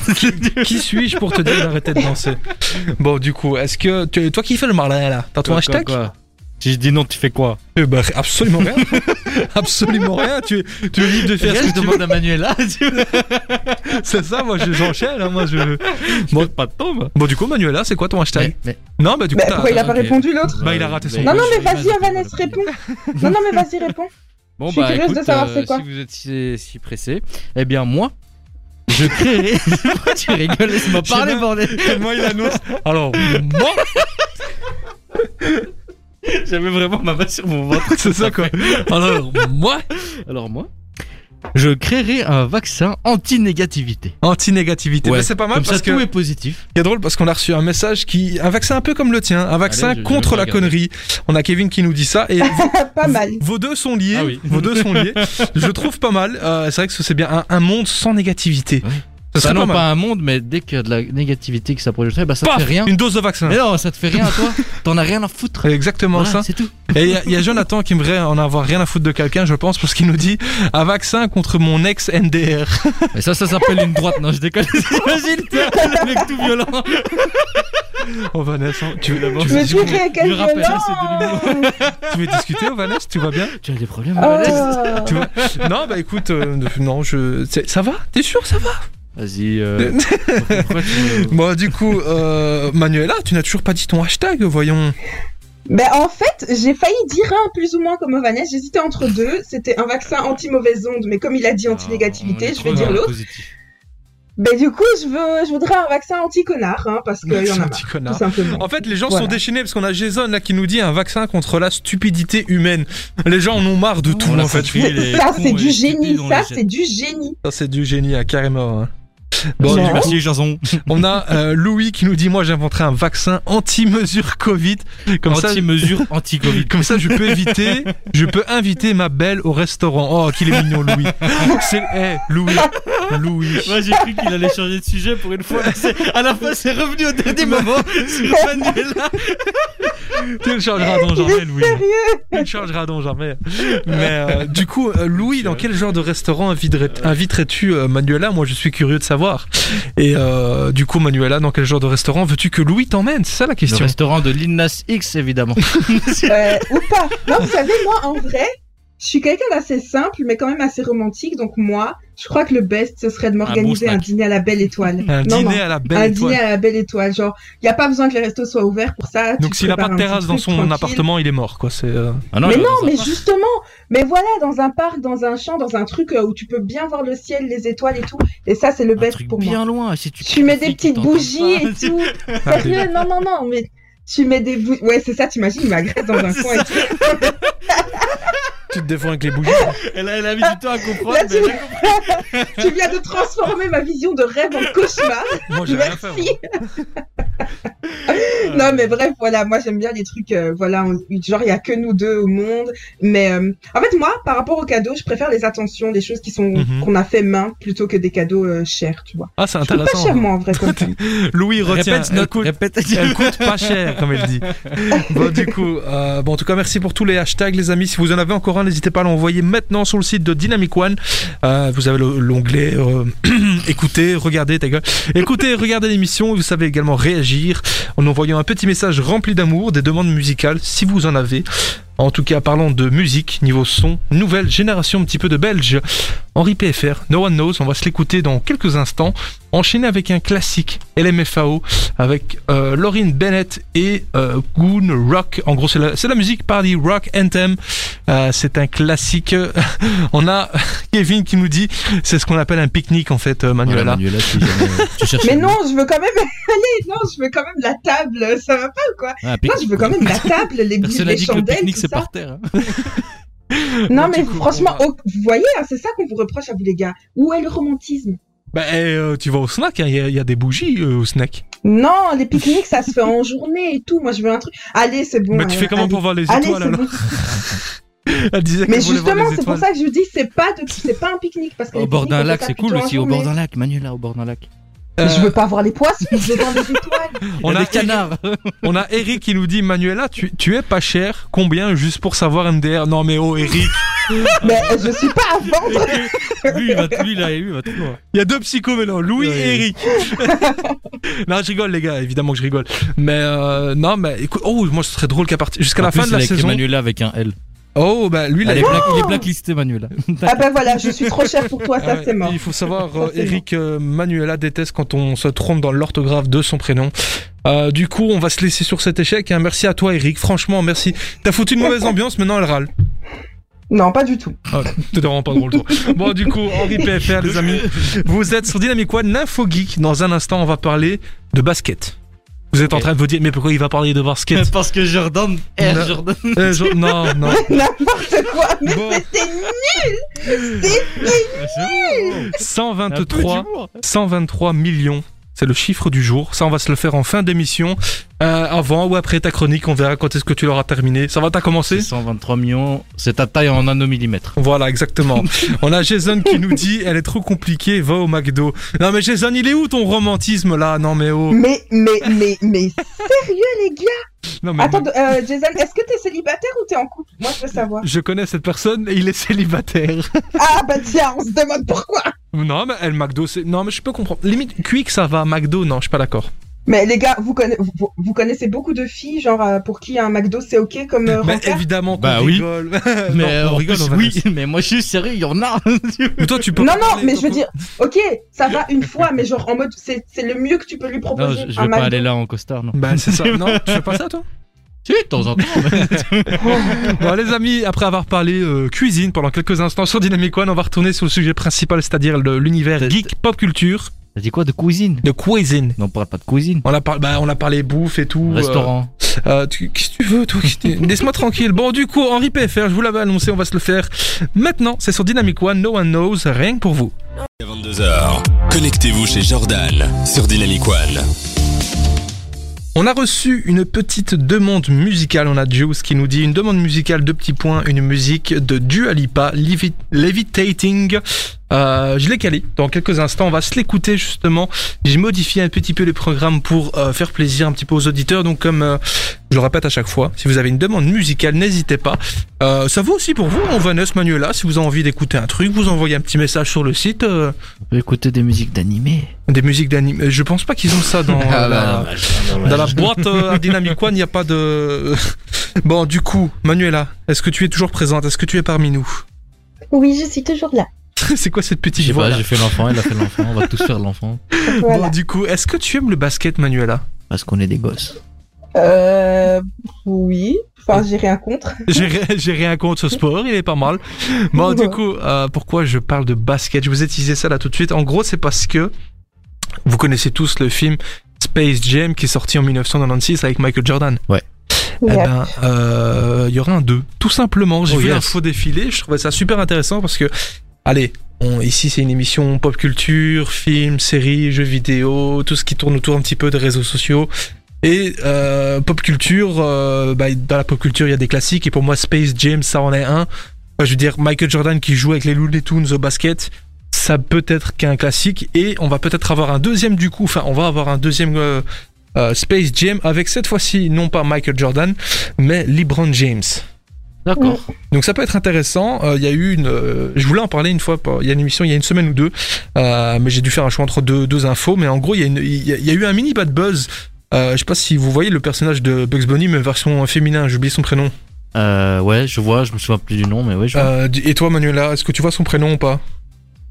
S2: qui suis-je pour te dire d'arrêter de danser Bon, du coup, est-ce que. tu- toi qui fais le malin là, t'as ton
S5: Quoi,
S2: hashtag
S5: Euh, quoi, quoi Si je dis non, tu fais quoi
S2: Eh ben, Absolument rien. absolument rien. Tu, es- tu es libre de faire ce que tu veux.
S5: à Manuela. Tu
S2: C'est ça, moi je- j'enchaîne. hein, moi, je...
S5: bon, pas de tombe.
S2: Bon, du coup, Manuela, c'est quoi ton hashtag
S5: Mais, mais-
S2: Non, bah du coup,
S4: Mais
S2: t'as-
S4: pourquoi il a pas
S5: hein, ok.
S4: répondu l'autre
S2: Bah, il a raté son
S4: Non, non, mais
S5: je- je-
S4: vas-y, Vanessa, réponds. Non, non, mais vas-y, réponds.
S5: Bon,
S4: Je suis
S5: bah,
S4: curieuse de
S5: écoute,
S4: savoir
S5: euh,
S4: c'est quoi.
S5: Si vous êtes si, si pressé, eh bien, moi, je créerai. Pourquoi tu rigoles Laisse-moi
S2: Je sais
S5: parler,
S2: pas.
S5: bordel.
S2: Comment il annonce Alors, moi,
S5: J'avais vraiment ma main sur mon ventre.
S2: c'est ça quoi. Alors, moi,
S5: Alors, moi, je créerai un vaccin anti-négativité.
S2: anti-négativité.
S5: Ouais.
S2: Mais c'est pas mal
S5: Comme
S2: parce
S5: ça,
S2: que.
S5: tout est positif.
S2: C'est drôle parce qu'on a reçu un message qui. Un vaccin un peu comme le tien, un vaccin
S5: Allez, je- je
S2: contre
S5: vais
S2: la
S5: regarder.
S2: connerie. On a Kevin qui nous dit ça et vos,
S4: Ah, pas mal.
S2: vos deux sont liés.
S5: Ah oui.
S2: Vos deux sont liés. Je trouve pas mal. Euh, c'est vrai que c'est bien un, un monde sans négativité.
S5: Ouais.
S2: Ça
S5: Bah
S2: serait
S5: non,
S2: pas
S5: pas,
S2: mal.
S5: un monde, mais dès qu'il y a de la négativité qui s'approche de toi, bah ça te
S2: Paf
S5: fait rien.
S2: Une dose de vaccin.
S5: Mais non, ça te fait rien à toi. T'en as rien à foutre.
S2: Exactement
S5: Voilà,
S2: ça.
S5: c'est tout.
S2: Et il y a- il y, a Jonathan qui aimerait en avoir rien à foutre de quelqu'un, je pense, parce qu'il nous dit un vaccin contre mon ex NDR.
S5: Mais ça, ça s'appelle une droite. Non, je déconne. Imagine, t'es un mec tout violent.
S2: Oh Vanessa, tu veux, tu veux,
S4: Mais
S2: dis-
S4: purée, quel
S5: lui rappelle, hein,
S4: violence Oh.
S2: tu veux discuter, oh Vanessa, tu vas bien
S5: Tu as des problèmes, Alex
S4: Ah.
S2: tu vois Non, bah écoute, euh, non, je, c'est- ça va T'es sûr, ça va
S5: Vas-y. euh, pourquoi tu-
S2: Bon, du coup, euh, Manuela, tu n'as toujours pas dit ton hashtag, voyons.
S4: Ben, en fait, j'ai failli dire un plus ou moins comme Vanessa, j'hésitais entre deux. C'était un vaccin anti-mauvaise onde, mais comme il a dit anti-négativité,
S5: Ah, On est
S4: je
S5: trop
S4: vais
S5: dans
S4: dire
S5: le
S4: l'autre.
S5: positif.
S4: Ben du coup, je, veux, je voudrais un vaccin anti-connard, hein, parce qu'il y en a marre,
S2: Petit
S4: tout
S2: connard.
S4: simplement.
S5: Oh,
S2: En fait, les gens
S4: Voilà.
S2: sont déchaînés parce qu'on a Jason là qui nous dit un vaccin contre la stupidité humaine. Les gens en ont marre de tout
S5: On
S2: en
S5: l'a
S2: fait.
S5: senti, les
S4: ça,
S5: cons
S4: c'est
S5: et
S4: du
S5: les
S4: génie,
S5: stupides, on
S4: ça,
S5: les jette.
S4: c'est du génie.
S2: Ça, c'est du génie à carrément. hein. Bon,
S4: Ouais.
S2: du coup,
S5: Merci, Jason.
S2: on a euh, Louis qui nous dit moi j'inventerai un vaccin anti-mesure Covid. Comme ça,
S5: Anti-mesure, anti-Covid.
S2: comme ça, je peux éviter, je peux inviter ma belle au restaurant. Oh, qu'il est mignon Louis. C'est eh, Louis, Louis.
S5: Moi j'ai cru qu'il allait changer de sujet pour une fois. C'est- À la fin, c'est revenu au dernier moment sur Manuela. hein.
S2: Tu le changeras dans jamais Louis.
S4: Sérieux
S2: Tu ne changeras donc jamais. Mais euh, du coup, euh, Louis, dans quel genre de restaurant inviterais- inviterais-tu euh, Manuela Moi, je suis curieux de savoir. Et euh, du coup, Manuela, dans quel genre de restaurant veux-tu que Louis t'emmène C'est ça la
S5: Le
S2: question.
S5: restaurant de Linas X évidemment.
S4: Euh, Ou pas Non, vous savez, moi, en vrai, je suis quelqu'un d'assez simple, mais quand même assez romantique, donc moi, je crois que le best, ce serait de m'organiser
S5: bon
S4: un
S5: snack.
S4: dîner à la belle étoile.
S2: Un
S4: Non,
S2: dîner
S4: non,
S2: à la
S4: un
S2: belle étoile.
S4: dîner à la belle étoile, genre, il n'y a pas besoin que les restos soient ouverts pour ça. tu
S2: Donc, s'il n'a pas
S4: prépares
S2: de
S4: un
S2: terrasse
S4: petit
S2: dans
S4: truc
S2: son
S4: tranquille.
S2: appartement, il est mort, quoi. C'est. euh,
S5: Ah
S4: mais
S5: genre,
S4: non,
S5: dans un
S4: mais
S5: parc.
S4: justement, mais voilà, dans un parc, dans un champ, dans un truc euh, où tu peux bien voir le ciel, les étoiles et tout. Et ça, c'est le
S5: Un
S4: best
S5: truc
S4: pour moi.
S5: bien loin. Si tu
S4: Tu mets des
S5: flics qui
S4: petites
S5: t'entendent
S4: bougies
S5: pas.
S4: et tout.
S2: Ah,
S4: Sérieux, non, non, non, mais tu mets des bougies. Ouais, c'est ça, t'imagines, il m'agresse dans un
S5: C'est
S4: coin. et tout.
S2: Tu te défends avec les bougies.
S5: Elle a, elle a mis du temps à comprendre.
S4: Là, tu-
S5: mais elle a compris.
S4: Tu viens de transformer ma vision de rêve en cauchemar.
S2: Moi, j'ai rien fait. moi.
S4: Merci. non, mais bref, voilà, moi j'aime bien les trucs, euh, voilà, on- genre il y a que nous deux au monde. Mais euh, en fait, moi, par rapport aux cadeaux, je préfère les attentions, les choses qui sont
S2: Mhm.
S4: qu'on a fait main plutôt que des cadeaux euh, chers, tu vois.
S2: Ah, c'est
S4: Je trouve pas
S2: intéressant.
S4: cher, moi, en vrai, comme ça.
S2: Louis retient.
S5: Répète,
S2: elle
S5: notre
S2: coûte-
S5: répète.
S2: Elle coûte pas cher, comme elle dit. Bon, du coup, euh, bon, en tout cas, merci pour tous les hashtags, les amis. Si vous en avez encore un, n'hésitez pas à l'envoyer maintenant sur le site de Dynamic One. Euh, vous avez le- l'onglet euh, Écoutez, regardez, ta gueule. Écoutez, regardez l'émission. Vous savez également réagir en envoyant un petit message rempli d'amour, des demandes musicales, si vous en avez. En tout cas, parlant de musique, niveau son, nouvelle génération un petit peu de Belge. Henri PFR, No One Knows, on va se l'écouter dans quelques instants. Enchaîné avec un classique, LMFAO, avec euh, Lauryn Bennett et euh, Goon Rock. En gros, c'est la, c'est la musique party rock anthem. Euh, c'est un classique. On a Kevin qui nous dit, c'est ce qu'on appelle un pique-nique en fait, euh,
S5: Voilà,
S2: Manuela.
S5: Manuela, si jamais, euh, tu cherches
S4: Mais
S5: une-
S4: non, je veux quand même. Allez, non, je veux quand même la table. Ça va pas ou quoi
S5: Ah,
S4: Non,
S5: pique-
S4: je veux quand même la table, les,
S5: Personne n'a
S4: les
S5: dit que le
S4: chandelles,
S5: pique-nique
S4: tout
S5: c'est
S4: ça.
S5: par terre. hein.
S4: Non,
S2: Du
S4: mais
S2: coup,
S4: franchement,
S2: on
S4: oh, vous voyez, hein, c'est ça qu'on vous reproche à vous les gars. Où est le romantisme
S2: Bah, eh, euh, tu vas au snack, il y, a- y a des bougies euh, au snack.
S4: Non, les pique-niques, ça se fait en journée et tout. Moi, je veux un truc. Allez, c'est bon.
S2: Mais tu
S4: euh,
S2: fais comment
S4: allez.
S2: pour voir les
S4: Allez,
S2: étoiles
S4: c'est
S2: alors
S4: bon.
S2: Elle disait qu'elle
S4: Mais
S2: voulait voir
S4: justement,
S2: les
S4: c'est pour
S2: étoiles.
S4: ça que je vous dis, c'est pas, de... c'est pas un pique-nique. parce que
S5: Au
S4: les
S5: bord d'un
S4: pique-niques, on
S5: lac,
S4: fait ça
S5: c'est
S4: plutôt
S5: cool
S4: en
S5: aussi. Au bord
S4: journée.
S5: d'un lac, Manuela, au bord d'un lac.
S4: Mais Je
S2: Euh,
S4: veux pas voir les poissons, je veux voir les étoiles.
S2: on, a
S5: des canards.
S2: on a Eric qui nous dit Manuela, tu, tu es pas cher, combien juste pour savoir MDR Non mais oh Eric
S4: mais euh, je suis pas à vendre.
S5: Lui, il va lui, là, lui, il va tout loin.
S2: Il y a deux psychos maintenant, Louis
S5: Ouais.
S2: et Eric. non, je rigole les gars, évidemment que je rigole. Mais euh, non, mais écoute, oh, moi ce serait drôle qu'à partir jusqu'à la
S5: En
S2: fin
S5: plus,
S2: de la
S5: il a écrit
S2: saison.
S5: Manuela avec un L.
S2: Oh, bah lui, il a-
S5: Elle est black- Il est blacklisté, Manuela.
S4: Ah ben voilà, je suis trop cher pour toi,
S2: Ah
S4: ça
S2: ouais,
S4: c'est mort.
S2: Il faut savoir,
S4: Ça,
S2: euh,
S4: c'est
S2: Eric euh, Manuela déteste quand on se trompe dans l'orthographe de son prénom. Euh, du coup, on va se laisser sur cet échec. hein. Merci à toi, Eric. Franchement, merci. T'as foutu une mauvaise ambiance, maintenant elle râle.
S4: Non, pas du tout.
S2: T'es vraiment pas drôle, toi. Bon, du coup, Henri PFR, les amis. Vous êtes sur Dynamic One, l'info geek. Dans un instant, on va parler de basket. Vous êtes en
S5: Ok.
S2: train de vous dire, mais pourquoi il va parler de basket
S5: Parce que Jordan,
S2: Non.
S5: R. Jordan.
S2: Euh, je- Non, non.
S4: N'importe quoi, mais
S2: Bon.
S4: c'était nul.
S2: 123, 123 millions. C'est le chiffre du jour. Ça, on va se le faire en fin d'émission. Euh, avant ou après ta chronique, on verra quand est-ce que tu l'auras terminé. Ça va, t'as commencé
S5: 123 millions, c'est ta taille en nanomillimètre.
S2: Voilà, exactement. on a Jason qui nous dit elle est trop compliquée, va au McDo. Non, mais Jason, il est où ton romantisme là Non, mais oh.
S4: Mais, mais, mais, mais, sérieux, les gars
S2: Non, mais
S4: Attends, euh, Jason, est-ce que t'es célibataire ou t'es en couple Moi, je veux savoir.
S2: Je connais cette personne et il est célibataire.
S4: Ah, bah tiens, on se demande pourquoi
S2: non, mais elle, McDo, c'est. Non, mais je peux comprendre. Limite, Quick, ça va. McDo, non, je suis pas d'accord.
S4: Mais les gars, vous, conna- vous, vous connaissez beaucoup de filles, genre, euh, pour qui un McDo, c'est OK comme euh,
S2: Bah,
S4: rencard
S2: évidemment qu'on
S5: Bah oui.
S2: rigole.
S5: Mais
S2: Non, on
S5: en
S2: rigole,
S5: plus,
S2: on va
S5: oui, mais moi je suis sérieux, il y en a.
S2: Mais toi, tu peux. pas
S4: Non, non,
S2: parler, euh,
S4: mais je veux
S2: Coco.
S4: dire, OK, ça va une fois, mais genre, en mode, c'est c'est le mieux que tu peux lui
S5: Non,
S4: proposer.
S5: je, je
S4: un
S5: vais pas
S4: McDo.
S5: aller là en costard, non.
S2: Bah, c'est ça. Non, tu fais pas ça, toi
S5: Si, de temps en temps. mais-
S2: Bon, les amis, après avoir parlé euh, cuisine pendant quelques instants sur Dynamic One, on va retourner sur le sujet principal, c'est-à-dire le- l'univers geek, pop culture,
S5: T'as dit quoi de cuisine
S2: de cuisine.
S5: Non, on parle pas de cuisine.
S2: On a, par- bah, on a parlé bouffe et tout. euh,
S5: Restaurant.
S2: Euh, tu- Qu'est-ce que tu veux, toi qui t'es- Laisse-moi tranquille. Bon, du coup, Henri PFR, je vous l'avais annoncé, on va se le faire maintenant. C'est sur Dynamic One, No One Knows, rien que pour vous.
S1: À 22h, connectez-vous chez Jordan sur Dynamic One.
S2: On a reçu une petite demande musicale. On a Juice qui nous dit une demande musicale, deux petits points, une musique de Dua Lipa, Levi- Levitating. Euh, je l'ai calé dans quelques instants. On va se l'écouter justement. J'ai modifié un petit peu les programmes pour euh, faire plaisir un petit peu aux auditeurs. Donc, comme euh, je le répète à chaque fois, si vous avez une demande musicale, n'hésitez pas. Euh, ça vaut aussi pour vous, mon Vanessa Manuela. Si vous avez envie d'écouter un truc, vous envoyez un petit message sur le site. euh,
S5: On peut écouter des musiques d'animé.
S2: des musiques d'anime. Je pense pas qu'ils ont ça dans.
S5: Ah,
S2: la-
S5: bah,
S2: dans la boîte euh, à Dynamic One, il n'y a pas de. Bon, du coup, Manuela, est-ce que tu es toujours présente Est-ce que tu es parmi nous
S6: Oui, je suis toujours là.
S2: C'est quoi cette
S5: Je
S2: petite
S5: sais
S2: voix
S5: pas,
S2: là
S5: j'ai fait l'enfant, elle a fait l'enfant, on va tous faire l'enfant.
S2: Bon,
S4: Voilà.
S2: du coup, est-ce que tu aimes le basket, Manuela
S5: Parce qu'on est des gosses.
S4: Euh, oui, enfin, j'ai rien contre.
S2: J'ai ri- j'ai rien contre ce sport, il est pas mal. Bon, du coup, euh, pourquoi je parle de basket Je vous ai teasé ça là tout de suite. En gros, c'est parce que vous connaissez tous le film Space Jam qui est sorti en 1996 avec Michael Jordan. Eh
S4: Mais, euh,
S2: ben, euh, il y aura un 2. Tout simplement, j'ai
S5: Oh,
S2: vu
S5: yes.
S2: l'info défiler, je trouvais ça super intéressant parce que, allez, on- ici c'est une émission pop culture, films, séries, jeux vidéo, tout ce qui tourne autour un petit peu des réseaux sociaux. Et euh, pop culture, euh, bah, dans la pop culture, il y a des classiques, et pour moi, Space Jam, ça en est un. Enfin, je veux dire, Michael Jordan qui joue avec les Looney Tunes au basket, ça peut être qu'un classique, et on va peut-être avoir un deuxième du coup, enfin, on va avoir un deuxième euh, euh, Space Jam avec cette fois-ci, non pas Michael Jordan, mais LeBron James.
S5: D'accord.
S2: Donc ça peut être intéressant. Euh, Il y a eu une, euh, je voulais en parler une fois. par- Il y a une émission, il y a une semaine ou deux, euh, mais j'ai dû faire un choix entre deux, deux infos. Mais en gros, il y, a une- il y a- il y a eu un mini bad buzz. Euh, je sais pas si vous voyez le personnage de Bugs Bunny, mais version féminin. J'ai oublié son prénom.
S5: Euh, ouais, je vois, je me souviens plus du nom, mais ouais, je vois.
S2: Euh, et toi, Manuela, est-ce que tu vois son prénom ou pas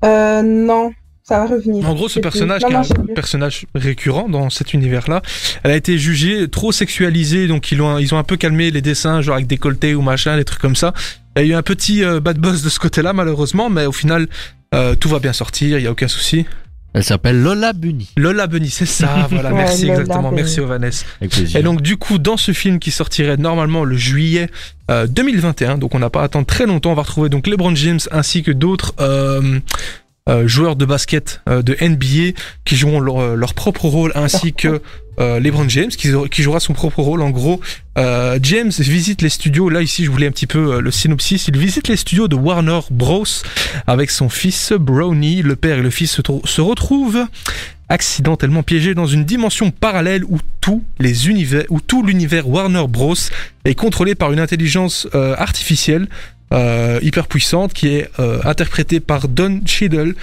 S4: euh, non, ça va revenir.
S2: En gros, ce
S4: J'ai plus-
S2: personnage,
S4: Non,
S2: qui est
S4: non,
S2: un
S4: j'ai plus.
S2: personnage récurrent dans cet univers-là, elle a été jugée trop sexualisée, donc ils ont, ils ont un peu calmé les dessins, genre avec des colletés ou machin, des trucs comme ça. Il y a eu un petit euh, bad buzz de ce côté-là, malheureusement, mais au final, euh, tout va bien sortir, il y a aucun souci.
S5: Elle s'appelle Lola Bunny.
S2: Lola Bunny, c'est ça, voilà,
S4: Ouais,
S2: merci
S4: Lola
S2: exactement,
S4: Bunny.
S2: merci Ovanès.
S5: Avec plaisir.
S2: Et donc du coup, dans ce film qui sortirait normalement le juillet euh, 2021, donc on n'a pas à attendre très longtemps, on va retrouver donc LeBron James ainsi que d'autres euh, euh, joueurs de basket euh, de NBA qui joueront leur, euh, leur propre rôle ainsi que euh, LeBron James qui, qui jouera son propre rôle. En gros, euh, James visite les studios, là ici je voulais un petit peu euh, le synopsis, il visite les studios de Warner Bros avec son fils Brownie. Le père et le fils se, trou- se retrouvent accidentellement piégés dans une dimension parallèle où tous les univers, où tout l'univers Warner Bros est contrôlé par une intelligence euh, artificielle euh, hyper puissante qui est euh, interprétée par Don Cheadle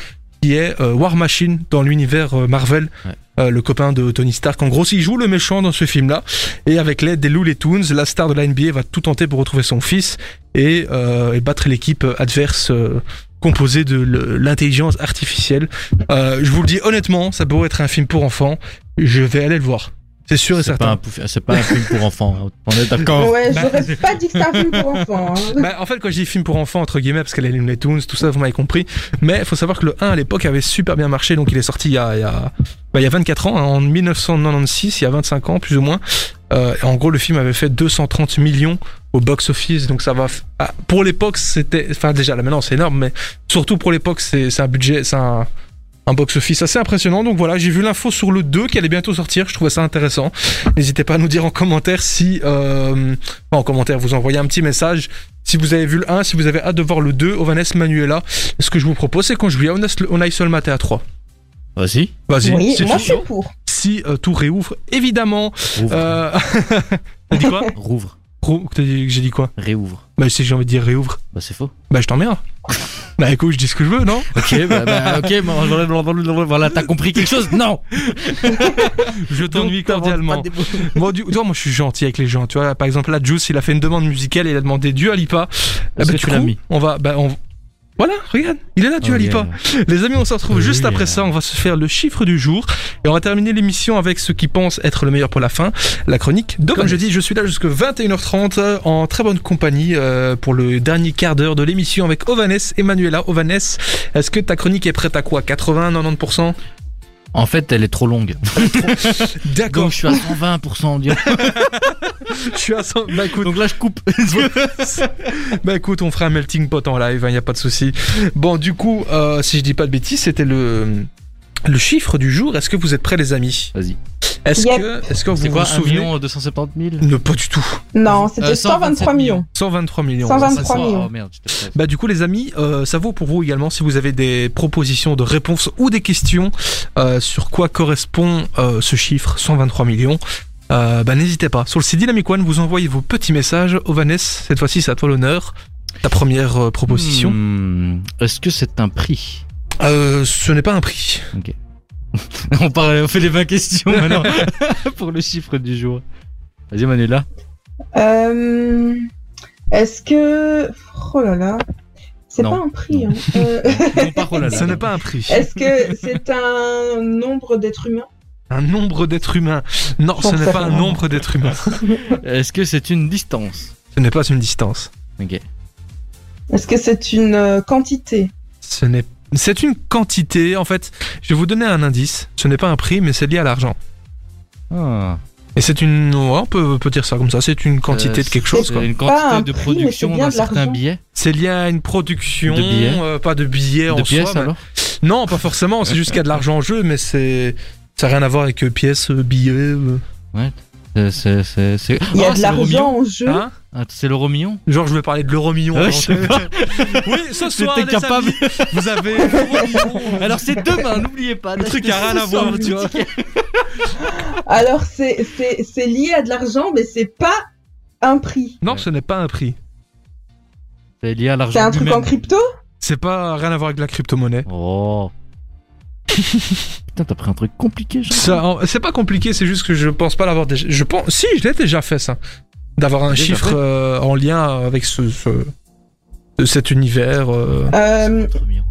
S2: qui est euh, War Machine dans l'univers euh, Marvel.
S5: Ouais.
S2: euh, le copain de Tony Stark, en gros, il joue le méchant dans ce film-là, et avec l'aide des Looney Tunes, la star de la NBA va tout tenter pour retrouver son fils et, euh, et battre l'équipe adverse euh, composée de le- l'intelligence artificielle. Euh, je vous le dis honnêtement, ça peut être un film pour enfants, je vais aller le voir, c'est sûr et
S5: c'est pas,
S2: certain.
S5: un pouf- c'est pas un film pour enfants. hein. On est d'accord.
S4: Ouais,
S2: Bah-
S4: j'aurais pas dit que c'est un film pour enfants. hein.
S2: Bah, en fait, quand je dis film pour enfants, entre guillemets, parce qu'elle est les Toons, tout ça, vous m'avez compris. Mais il faut savoir que le 1 à l'époque avait super bien marché, donc il est sorti il y a, il y a- bah, il y a 24 ans, hein, en 1996, il y a 25 ans, plus ou moins. Euh, et en gros, le film avait fait 230 millions au box-office, donc ça va. f- ah, pour l'époque, c'était. Enfin, déjà, là maintenant, c'est énorme, mais surtout pour l'époque, c'est c'est un budget, c'est un. un box-office assez impressionnant. Donc voilà, j'ai vu l'info sur le 2 qui allait bientôt sortir. Je trouvais ça intéressant. N'hésitez pas à nous dire en commentaire si. euh, enfin, en commentaire, vous envoyez un petit message. Si vous avez vu le 1, si vous avez hâte de voir le 2, Ovanes Manuela, ce que je vous propose, c'est qu'on joue à On Aille- On Aille Seul Maté à 3.
S5: Vas-y.
S2: Vas-y,
S4: oui,
S2: c'est
S4: moi
S2: tout.
S4: c'est pour.
S2: Si euh, tout réouvre, évidemment.
S5: Rouvre.
S2: Euh, T'as dit quoi
S5: Rouvre.
S2: Rou- t'as dit- J'ai dit quoi
S5: Réouvre.
S2: Bah, je sais que j'ai envie de dire réouvre.
S5: Bah, c'est faux.
S2: Bah, je t'emmerde. bah, écoute, je dis ce que je veux, non
S5: Ok, bah, bah, ok, bon, voilà, t'as compris quelque chose Non
S2: Je t'ennuie
S5: Donc, t'inventes
S2: cordialement.
S5: pas des mots.
S2: Moi, du, toi, moi, je suis gentil avec les gens. Tu vois, par exemple, là, Juice, il a fait une demande musicale et il a demandé Dieu Alipa.
S5: Est-ce que Ah, tu l'as mis
S2: On va, bah, on. Voilà, regarde, il est là, Dua
S5: Oh,
S2: Lipa.
S5: yeah.
S2: Les amis, on se retrouve juste
S5: Yeah.
S2: après ça. On va se faire le chiffre du jour et on va terminer l'émission avec ce qui pense être le meilleur pour la fin, la chronique. Donc, comme je dis, je suis là jusque 21h30 euh, en très bonne compagnie euh, pour le dernier quart d'heure de l'émission avec Ovanes et Manuela. Ovanes, est-ce que ta chronique est prête à quoi 80, 90%
S5: En fait, elle est trop longue.
S2: D'accord,
S5: Donc, je suis à 120%, on dirait.
S2: je suis à 100. Bah, écoute,
S5: Donc là, je coupe.
S2: bah écoute, on fera un melting pot en live, il n'y a pas de souci. Bon, du coup, euh, si je dis pas de bêtises, c'était le. Le chiffre du jour, est-ce que vous êtes prêts les amis
S5: Vas-y.
S2: Est-ce
S6: Yep.
S2: que, est-ce que vous
S5: C'est quoi,
S2: vous
S5: 1
S2: souvenez
S5: million 270 000
S2: Ne pas du tout.
S4: Non, c'était
S5: Euh,
S4: 123 millions.
S2: 123 millions.
S4: 123
S2: Ouais, c'est ça.
S4: 3 millions.
S5: Oh merde, j'étais prêt.
S2: Bah du coup les amis, euh, ça vaut pour vous également si vous avez des propositions de réponses ou des questions euh, sur quoi correspond euh, ce chiffre 123 millions. Euh, bah n'hésitez pas. Sur le site Dynamic One, vous envoyez vos petits messages. Ovanes, cette fois-ci c'est à toi l'honneur. Ta première euh, proposition.
S5: Hmm, Est-ce que c'est un prix
S2: Euh, ce n'est pas un prix.
S5: on, parle, on fait les 20 questions maintenant pour le chiffre du jour. Vas-y Manuela.
S4: Euh, Est-ce que. Oh là là. C'est
S5: Non.
S4: pas un prix.
S5: Non.
S4: hein. Euh,
S5: Non, pas Rolala.
S2: Ce n'est pas un prix.
S4: Est-ce que c'est un nombre d'êtres humains
S2: Un nombre d'êtres humains. Non, ce n'est pas un nombre d'êtres humains.
S5: Est-ce que c'est une distance
S2: Ce n'est pas une distance.
S5: Ok.
S4: Est-ce que c'est une euh, quantité
S2: Ce n'est c'est une quantité en fait. Je vais vous donner un indice. Ce n'est pas un prix, mais c'est lié à l'argent.
S5: Ah.
S2: Et c'est une. ouais, on peut, on peut dire ça comme ça, c'est une quantité
S5: Euh,
S2: de quelque chose,
S5: c'est
S2: quoi.
S5: Une
S4: Pas un
S5: quantité de
S4: prix, mais c'est
S5: production
S4: bien
S5: d'un
S4: de
S5: certain
S4: l'argent.
S5: billet.
S2: C'est lié à une production.
S5: De billets.
S2: euh, pas de billets en
S5: De pièces
S2: soi. mais-
S5: alors
S2: Non, pas forcément, c'est juste qu'il y a de l'argent en jeu, mais c'est. Ça n'a rien à voir avec euh, pièces, euh, billets. euh.
S5: C'est- c'est- C'est c'est-
S4: Il y a
S5: Ah,
S4: de
S5: c'est l'euro million
S4: l'argent en jeu
S2: Hein
S5: Ah, C'est l'euro million
S2: Genre, je vais parler de l'euro million.
S5: Ouais,
S2: avant.
S5: Euh, je sais pas.
S2: oui, ce soir,
S5: T'étais
S2: les
S5: capable.
S2: amis, vous avez l'euro million.
S5: Alors c'est demain, n'oubliez pas.
S2: Le truc a rien à voir, tu vois.
S4: Alors, c'est- c'est c'est lié à de l'argent, mais c'est pas un prix.
S2: Non, ce n'est pas un prix.
S5: C'est lié à
S4: C'est
S5: l'argent
S4: un truc en
S5: lui-même.
S4: crypto
S2: C'est pas rien à voir avec la crypto-monnaie.
S5: Oh. Putain, t'as pris un truc compliqué, genre.
S2: Ça, en- c'est pas compliqué, c'est juste que je pense pas l'avoir déjà. Je pense, si, je l'ai déjà fait ça, d'avoir un
S5: Déjà
S2: chiffre
S5: fait
S2: euh, en lien avec ce, ce- de cet univers. euh.
S4: Euh,
S5: Trop mignon.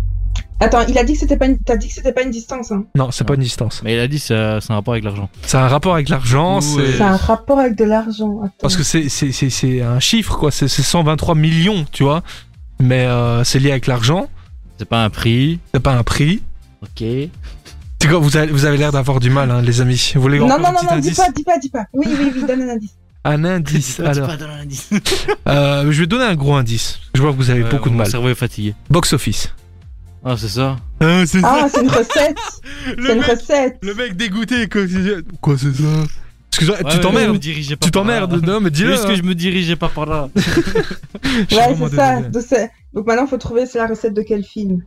S4: Attends, il a dit que c'était pas une... T'as dit que c'était pas une distance. Hein.
S2: Non, c'est
S5: Non.
S2: pas une distance.
S5: Mais il a dit ça, c'est un rapport avec l'argent.
S2: C'est un rapport avec l'argent.
S5: Ouh,
S2: c'est...
S4: C'est un rapport avec de l'argent. attends.
S2: Euh, Parce que c'est, c'est, c'est, c'est un chiffre, quoi. C'est, c'est 123 millions, tu vois. Mais euh, c'est lié avec l'argent.
S5: C'est pas un prix.
S2: C'est pas un prix.
S5: Ok.
S2: C'est quoi, vous avez, vous avez l'air d'avoir du mal, hein, les amis. Vous voulez
S4: Non, non,
S2: encore un
S4: non,
S2: petit
S4: non, dis
S2: indice
S4: pas, dis pas, dis pas. Oui, oui, oui, donne un indice.
S2: Un indice, alors.
S5: dans l'indice.
S2: Euh, je vais donner un gros indice. Je vois que vous avez beaucoup de
S5: Mon
S2: mal.
S5: cerveau est fatigué.
S2: Box office.
S5: Ah, c'est ça.
S2: c'est
S4: Ah, c'est une recette C'est une recette
S2: Le mec dégoûté, quoi, quoi c'est ça Excuse-moi,
S5: Ouais,
S2: tu
S5: ouais, je me
S2: t'emmerdes,
S5: dirigeais pas
S2: tu
S5: par là.
S2: t'emmerdes, non mais dis-le.
S5: Juste que je me dirigeais pas par là.
S2: hein. Je suis
S4: Ouais,
S2: vraiment
S4: c'est ça.
S2: désolé.
S4: Donc, c'est- Donc maintenant, faut trouver c'est la recette de quel film.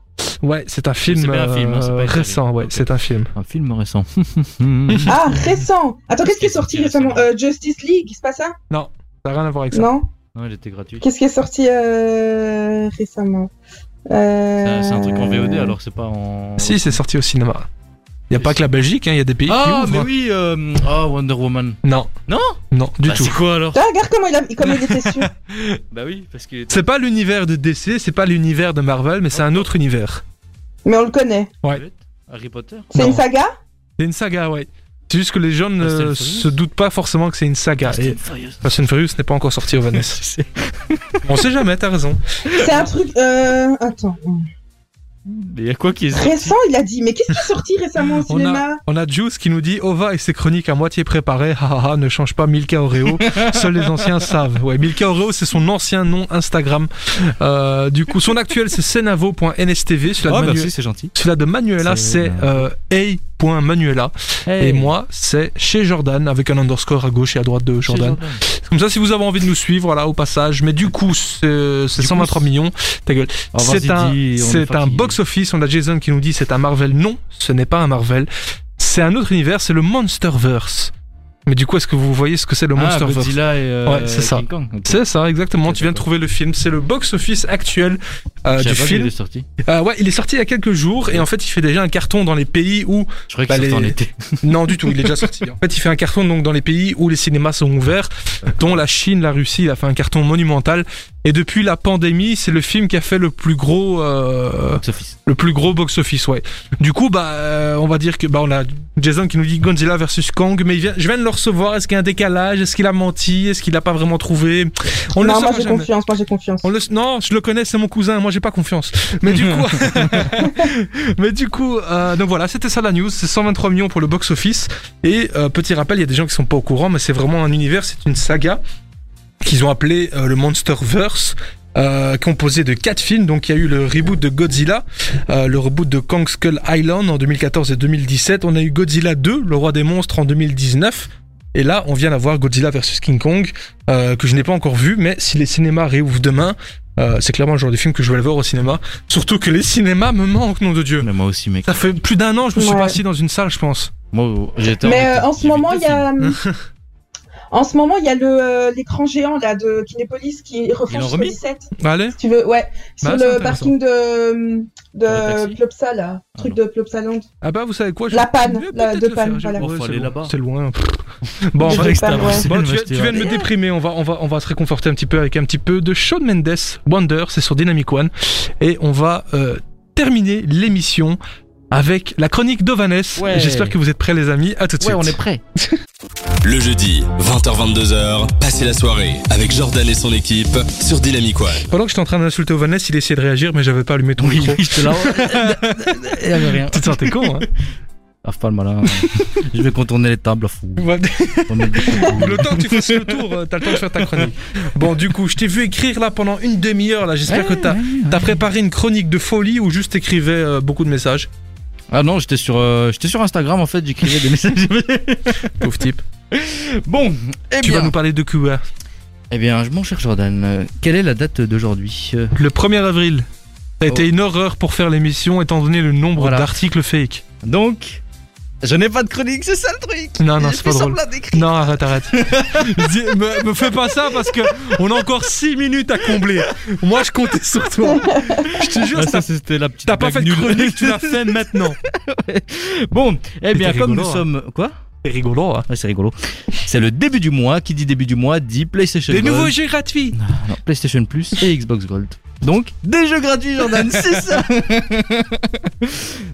S2: Ouais, c'est un film,
S5: C'est bien un film, hein, c'est pas
S2: euh,
S5: une série.
S2: récent, ouais,
S5: Ok.
S2: c'est un film.
S5: Un film récent.
S4: Ah, récent Attends, qu'est-ce qui
S5: Qu'est-ce
S4: est
S5: qui
S4: sorti
S5: est
S4: récemment
S5: récemment
S4: Euh, Justice League, c'est pas ça
S2: Ça n'a rien à voir avec ça.
S4: Non
S5: non, il était gratuit.
S4: Qu'est-ce qui est sorti euh, récemment
S5: C'est
S4: Euh,
S5: un- c'est un truc en VOD alors c'est pas en.
S2: Si, c'est sorti au cinéma. Il a pas que la Belgique, il y a des pays qui
S5: Ah,
S2: ouvrent.
S5: mais
S2: hein.
S5: oui. euh, Ah, Wonder Woman.
S2: Non.
S5: Non
S2: Non, du
S5: Bah,
S2: tout.
S5: C'est quoi alors
S4: Ah, regarde comment il, a... comme il était sûr.
S5: Bah oui, parce qu'il était.
S2: C'est pas l'univers de DC, c'est pas l'univers de Marvel, mais c'est un autre univers.
S4: Mais on le connaît.
S2: Ouais.
S5: Harry Potter.
S4: C'est
S2: Non.
S4: une saga
S2: C'est une saga, ouais. C'est juste que les gens
S5: Fast
S2: ne
S5: and Furious
S2: se doutent pas forcément que c'est une saga.
S5: Fast
S2: Et
S5: and Furious.
S2: Fast and Furious n'est pas encore sorti au Vanessa. On sait jamais, t'as raison.
S4: C'est un truc. Euh... Attends.
S5: Mais y a quoi qui est
S2: Ah,
S5: sorti
S4: Récent, il a dit. Mais qu'est-ce qui est sorti récemment au
S2: On
S4: cinéma
S2: On a Juice qui nous dit Ova et ses chroniques à moitié préparées, hahaha, ne change pas Milka Oreo, seuls les anciens savent. Ouais, Milka Oreo, c'est son ancien nom Instagram. Euh, du coup, son actuel, c'est senavo.nstv. Celui,
S5: Oh,
S2: de Manu-
S5: merci, c'est gentil.
S2: celui-là de Manuela,
S5: C'est-
S2: c'est euh, a.manuela. Et moi, c'est chez Jordan, avec un underscore à gauche et à droite de Jordan. Comme ça, si vous avez envie de nous suivre, voilà, au passage. Mais du coup, c'est c'est
S5: Du coup,
S2: 123 millions. Ta gueule.
S5: Au revoir,
S2: C'est un,
S5: Didi, Oh, on est
S2: c'est un
S5: fatigué.
S2: box-office. On a Jason qui nous dit c'est un Marvel. Non, ce n'est pas un Marvel. C'est un autre univers, c'est le Monsterverse. Mais du coup, est-ce que vous voyez ce que c'est le
S5: Ah,
S2: Monsterverse
S5: Godzilla et euh,
S2: Ouais, c'est ça.
S5: King Kong. ok.
S2: C'est euh, ça, exactement.
S5: Ok,
S2: Tu viens de
S5: d'accord.
S2: trouver le film. C'est le box-office actuel euh,
S5: Je savais
S2: du
S5: pas qu'il
S2: film.
S5: était sorti.
S2: Euh, ouais, il est sorti il y a quelques jours et en fait, il fait déjà un carton dans les pays où
S5: Je croyais
S2: Bah,
S5: qu'il sortait en
S2: les-
S5: été.
S2: non, du tout, il est déjà sorti. hein. En fait, il fait un carton donc dans les pays où les cinémas sont ouverts, dont la Chine, la Russie, il a fait un carton monumental. Et depuis la pandémie, c'est le film qui a fait le plus gros, euh,
S5: Box-office.
S2: le plus gros box-office, ouais. Du coup, bah, euh, on va dire que bah on a Jason qui nous dit Godzilla versus Kang, mais il vient- je viens de le recevoir. Est-ce qu'il y a un décalage Est-ce qu'il a menti Est-ce qu'il a pas vraiment trouvé On ne
S4: Non,
S2: le
S4: moi
S2: saura
S4: j'ai
S2: jamais.
S4: confiance, moi j'ai confiance.
S2: On le- Non, je le connais, c'est mon cousin, moi j'ai pas confiance. Mais du coup, mais du coup euh, donc voilà, c'était ça la news, c'est 123 millions pour le box-office. Et euh, petit rappel, il y a des gens qui sont pas au courant, mais c'est vraiment un univers, c'est une saga qu'ils ont appelé euh, le Monsterverse. Euh, composé de quatre films, donc il y a eu le reboot de Godzilla, euh, le reboot de Kong Skull Island en 2014 et 2017, on a eu Godzilla 2, le roi des monstres en 2019, et là on vient d'avoir Godzilla versus King Kong, euh, que je n'ai pas encore vu, mais si les cinémas réouvrent demain, euh, c'est clairement le genre de film que je vais aller voir au cinéma. Surtout que les cinémas me manquent, nom de Dieu.
S5: Mais moi aussi, mec.
S2: Ça fait plus d'un an, je me suis
S4: Ouais.
S2: pas assis dans une salle, je pense.
S5: Moi, j'étais
S4: Mais
S5: été.
S4: euh, en
S5: J'ai
S4: ce
S5: vu
S4: moment,
S5: deux
S4: il y a. euh, En ce moment, il y a le euh, l'écran géant là de Kinépolis qui refait
S5: l'ont
S4: jusqu'au
S5: remis
S4: 17.
S2: Allez,
S4: Si tu veux, ouais,
S2: Bah,
S4: sur
S2: c'est
S4: le
S2: intéressant.
S4: parking de
S5: Pour les
S4: de
S5: taxis.
S4: Plopsa là,
S5: Ah
S4: truc
S5: non.
S4: de Plopsaland.
S2: ah bah vous savez quoi je
S4: La
S2: vais
S4: panne,
S2: peut-être
S4: la-
S2: le
S4: de
S2: faire,
S4: panne,
S2: j'ai-
S4: voilà.
S2: ouais,
S5: Oh, faut
S2: c'est
S5: aller
S2: bon,
S5: là-bas.
S2: C'est loin. Bon, on
S4: Je
S2: va-
S4: vais
S5: films.
S4: pas, ouais.
S5: C'est
S2: Bon,
S5: le
S2: tu,
S5: match
S2: tu viens de me
S5: théâtre.
S2: déprimer. On va, on va, on va se réconforter un petit peu avec un petit peu de Shawn Mendes, Wonder, c'est sur Dynamic One, et on va euh, terminer l'émission avec la chronique d'Ovanes.
S5: Ouais.
S2: J'espère que vous êtes prêts, les amis. À tout de
S5: Ouais,
S2: suite.
S5: on est prêt.
S1: Le jeudi, 20h-22h, passez la soirée avec Jordan et son équipe sur Dynamic One.
S2: Pendant que j'étais en train d'insulter Ovanes, il essayait de réagir, mais j'avais pas allumé ton micro.
S5: je te la. Il y avait rien.
S2: Tu te sentais con, hein
S5: Ah, pas le malin. Je vais contourner les tables à fou.
S2: Ouais.
S5: On met des coups.
S2: Le temps que tu fasses le tour, euh, t'as le temps de faire ta chronique. Bon, du coup, je t'ai vu écrire là pendant une demi-heure. Là, j'espère que t'as t'as préparé une chronique de folie ou juste écrivais euh, beaucoup de messages.
S5: Ah non, j'étais sur, euh, j'étais sur Instagram en fait, j'écrivais des messages.
S2: Pauvre type.
S5: bon, eh
S2: Tu vas
S5: bien,
S2: nous parler de Cuba.
S5: eh bien, mon cher Jordan, euh, quelle est la date d'aujourd'hui Euh,
S2: Le 1er avril. Ça a
S5: Oh.
S2: été une horreur pour faire l'émission étant donné le nombre
S5: Voilà.
S2: d'articles fake.
S5: Donc, je n'ai pas de chronique, c'est ça le truc.
S2: Non, non, c'est
S5: J'ai fait
S2: pas drôle.
S5: semblant d'écrire.
S2: Non, arrête, arrête. Dis- me, me fais pas ça parce que on a encore 6 minutes à combler. Moi, je comptais sur toi. Je te jure,
S5: Ah,
S2: t'as-
S5: ça c'était la petite.
S2: t'as pas fait
S5: blague
S2: de
S5: nulle.
S2: chronique, tu l'as fait maintenant.
S5: Bon, eh bien,
S2: C'était
S5: comme
S2: rigolo,
S5: nous
S2: hein.
S5: sommes, quoi
S2: C'est rigolo, hein.
S5: Ouais, c'est rigolo. C'est le début du mois. Qui dit début du mois dit PlayStation
S2: Des
S5: Gold.
S2: nouveaux jeux gratuits.
S5: Non, PlayStation Plus et Xbox Gold. Donc, des jeux gratuits, Jordan, c'est ça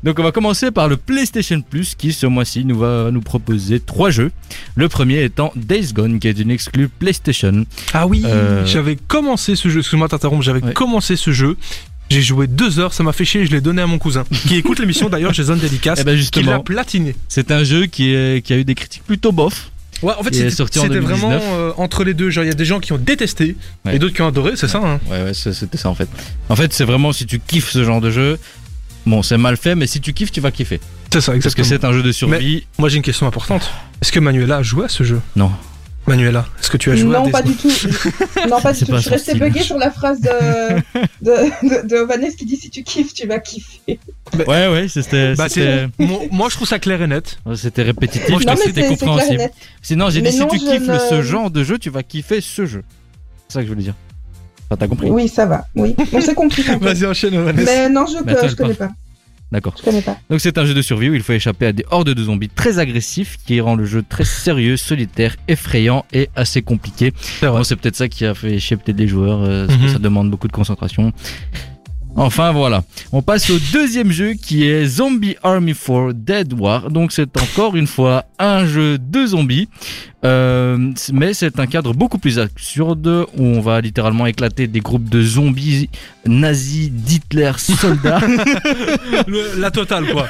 S5: Donc, on va commencer par le PlayStation Plus qui, ce mois-ci, nous va nous proposer trois jeux. Le premier étant Days Gone, qui est une exclue PlayStation.
S2: Ah oui,
S5: Euh.
S2: j'avais commencé ce jeu. Excuse-moi de t'interrompre, j'avais
S5: Ouais.
S2: commencé ce jeu. J'ai joué deux heures, ça m'a fait chier, je l'ai donné à mon cousin. Qui écoute l'émission d'ailleurs, Jason Dédicace.
S5: Eh ben,
S2: Qui l'a
S5: justement,
S2: platiné.
S5: c'est un jeu qui, est- qui a eu des critiques plutôt bof.
S2: Ouais, en fait,
S5: Il est
S2: c'était
S5: sorti en
S2: c'était vraiment
S5: 2019.
S2: euh, entre les deux. Genre, il y a des gens qui ont détesté
S5: Ouais.
S2: et d'autres qui ont adoré, c'est ça hein
S5: Ouais, ouais, c'est- c'était ça en fait. En fait, c'est vraiment si tu kiffes ce genre de jeu. Bon, c'est mal fait, mais si tu kiffes, tu vas kiffer.
S2: C'est ça,
S5: Parce que
S2: exactement.
S5: c'est un jeu de survie.
S2: Moi, j'ai une question importante. Est-ce que Manuela a joué à ce jeu
S5: Non.
S2: Manuela, est-ce que tu as joué à
S4: Non,
S2: des-
S4: pas du tout. Non, pas
S5: C'est
S4: du tout.
S5: pas
S4: Je suis restée
S5: son style.
S4: buggée sur la phrase de, de, de, de Vanessa qui dit si tu kiffes, tu vas kiffer.
S5: Ouais, ouais, c'était.
S2: Bah,
S5: c'était-
S2: c'est- moi, moi, je trouve ça clair et net.
S5: Ouais, C'était répétitif,
S2: Moi, je
S5: mais
S2: trouve
S5: c'était
S4: c'est clair et
S5: compréhensible.
S4: net.
S5: Sinon, j'ai
S4: Mais
S5: dit si
S4: non,
S5: tu
S4: je
S5: kiffes
S4: ne-
S5: ce genre de jeu, tu vas kiffer ce jeu. C'est ça que je voulais dire. Enfin, t'as compris.
S4: Oui, ça va. Oui, on s'est compris. t'inquiète.
S2: enchaîne,
S4: Mais non, je,
S5: Mais attends,
S4: je connais pas.
S5: D'accord.
S4: Je connais pas.
S5: Donc, c'est un jeu de survie où il faut échapper à des hordes de zombies très agressifs qui rend le jeu très sérieux, solitaire, effrayant et assez compliqué.
S2: vrai.
S5: Bon, c'est peut-être ça qui a fait chier peut-être les joueurs, euh, parce que
S2: Mhm.
S5: ça demande beaucoup de concentration. Enfin voilà, on passe au deuxième jeu qui est Zombie Army 4 Dead War. Donc c'est encore une fois un jeu de zombies, Euh, mais c'est un cadre beaucoup plus absurde où on va littéralement éclater des groupes de zombies nazis, d'Hitler, soldats.
S2: Le- la totale, quoi.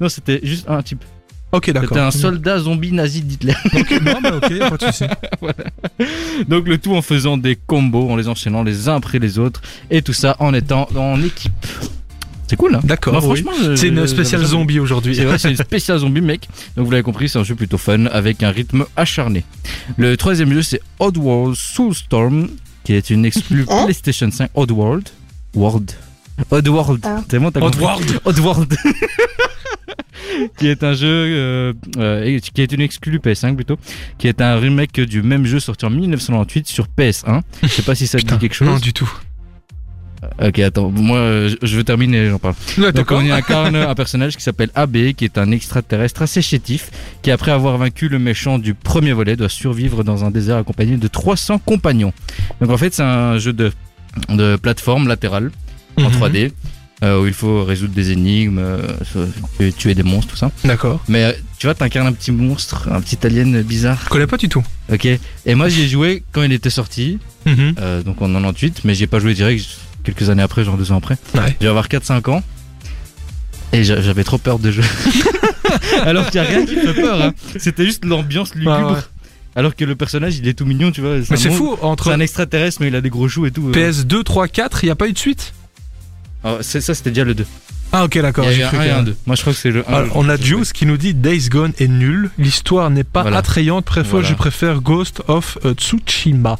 S5: non, c'était juste un type.
S2: Ok, d'accord.
S5: C'était un soldat zombie nazi d'Hitler.
S2: Ok, non, mais ok, pas de soucis.
S5: Donc le tout en faisant des combos, en les enchaînant les uns après les autres, et tout ça en étant en équipe. C'est cool, hein
S2: D'accord,
S5: Moi,
S2: oui.
S5: franchement, je-
S2: C'est
S5: je-
S2: une spéciale
S5: j'avais-
S2: zombie aujourd'hui.
S5: C'est vrai, c'est une spéciale zombie, mec. Donc vous l'avez compris, c'est un jeu plutôt fun avec un rythme acharné. Le troisième jeu, c'est Oddworld Soulstorm, qui est une exclue
S6: Hein
S5: PlayStation 5 Oddworld. World. Oddworld.
S6: Ah.
S5: C'est bon, t'as compris
S2: Oddworld.
S5: Oddworld. qui est un jeu euh, euh, et- qui est une exclue PS5 plutôt, qui est un remake du même jeu sorti en 1998 sur PS1. Je sais pas si ça te dit quelque
S2: Non,
S5: chose.
S2: du tout.
S5: Ok, attends, moi euh, je- je veux terminer, j'en parle.
S2: Ouais, Ah,
S5: Donc
S2: d'accord.
S5: on y incarne un personnage qui s'appelle AB, qui est un extraterrestre assez chétif, qui après avoir vaincu le méchant du premier volet doit survivre dans un désert accompagné de 300 compagnons. Donc en fait c'est un jeu de, de plateforme latérale
S2: Mhm.
S5: en 3D. euh, où il faut résoudre des énigmes, euh, se- tuer des monstres, tout ça.
S2: Mhm. D'accord.
S5: Mais euh, tu vois, t'incarnes un petit monstre, un petit alien bizarre.
S2: Je connais pas du tout.
S5: Ok. Et moi, j'y ai joué quand il était sorti,
S2: Mhm.
S5: euh, donc en 98, mais j'ai pas joué direct quelques années après, genre deux ans après.
S2: Ouais.
S5: J'ai avoir 4-5 ans. Et j'a- j'avais trop peur de jeu. Alors qu'il n'y a rien qui fait peur. hein. C'était juste l'ambiance lugubre.
S2: Ah ouais.
S5: Alors que le personnage, il est tout mignon, tu vois.
S2: Mais
S5: un
S2: c'est
S5: monde-
S2: fou,
S5: C'est
S2: entre
S5: un extraterrestre, mais il a des gros joues et tout. euh.
S2: PS2, 3, 4, il n'y a pas eu de suite
S5: Ah, c'est- ça, c'était déjà le 2.
S2: Ah, ok, d'accord.
S5: il y
S2: j'ai
S5: a eu
S2: cru
S5: un
S2: qu'il
S5: et
S2: y
S5: un
S2: avait-
S5: 2. Moi, Ah, je crois que c'est le 1.
S2: Alors, Ah, on a Juice qui nous dit Days Gone est nul, l'histoire n'est pas
S5: Voilà.
S2: attrayante, préfère,
S5: Voilà.
S2: je préfère Ghost of euh, Tsushima.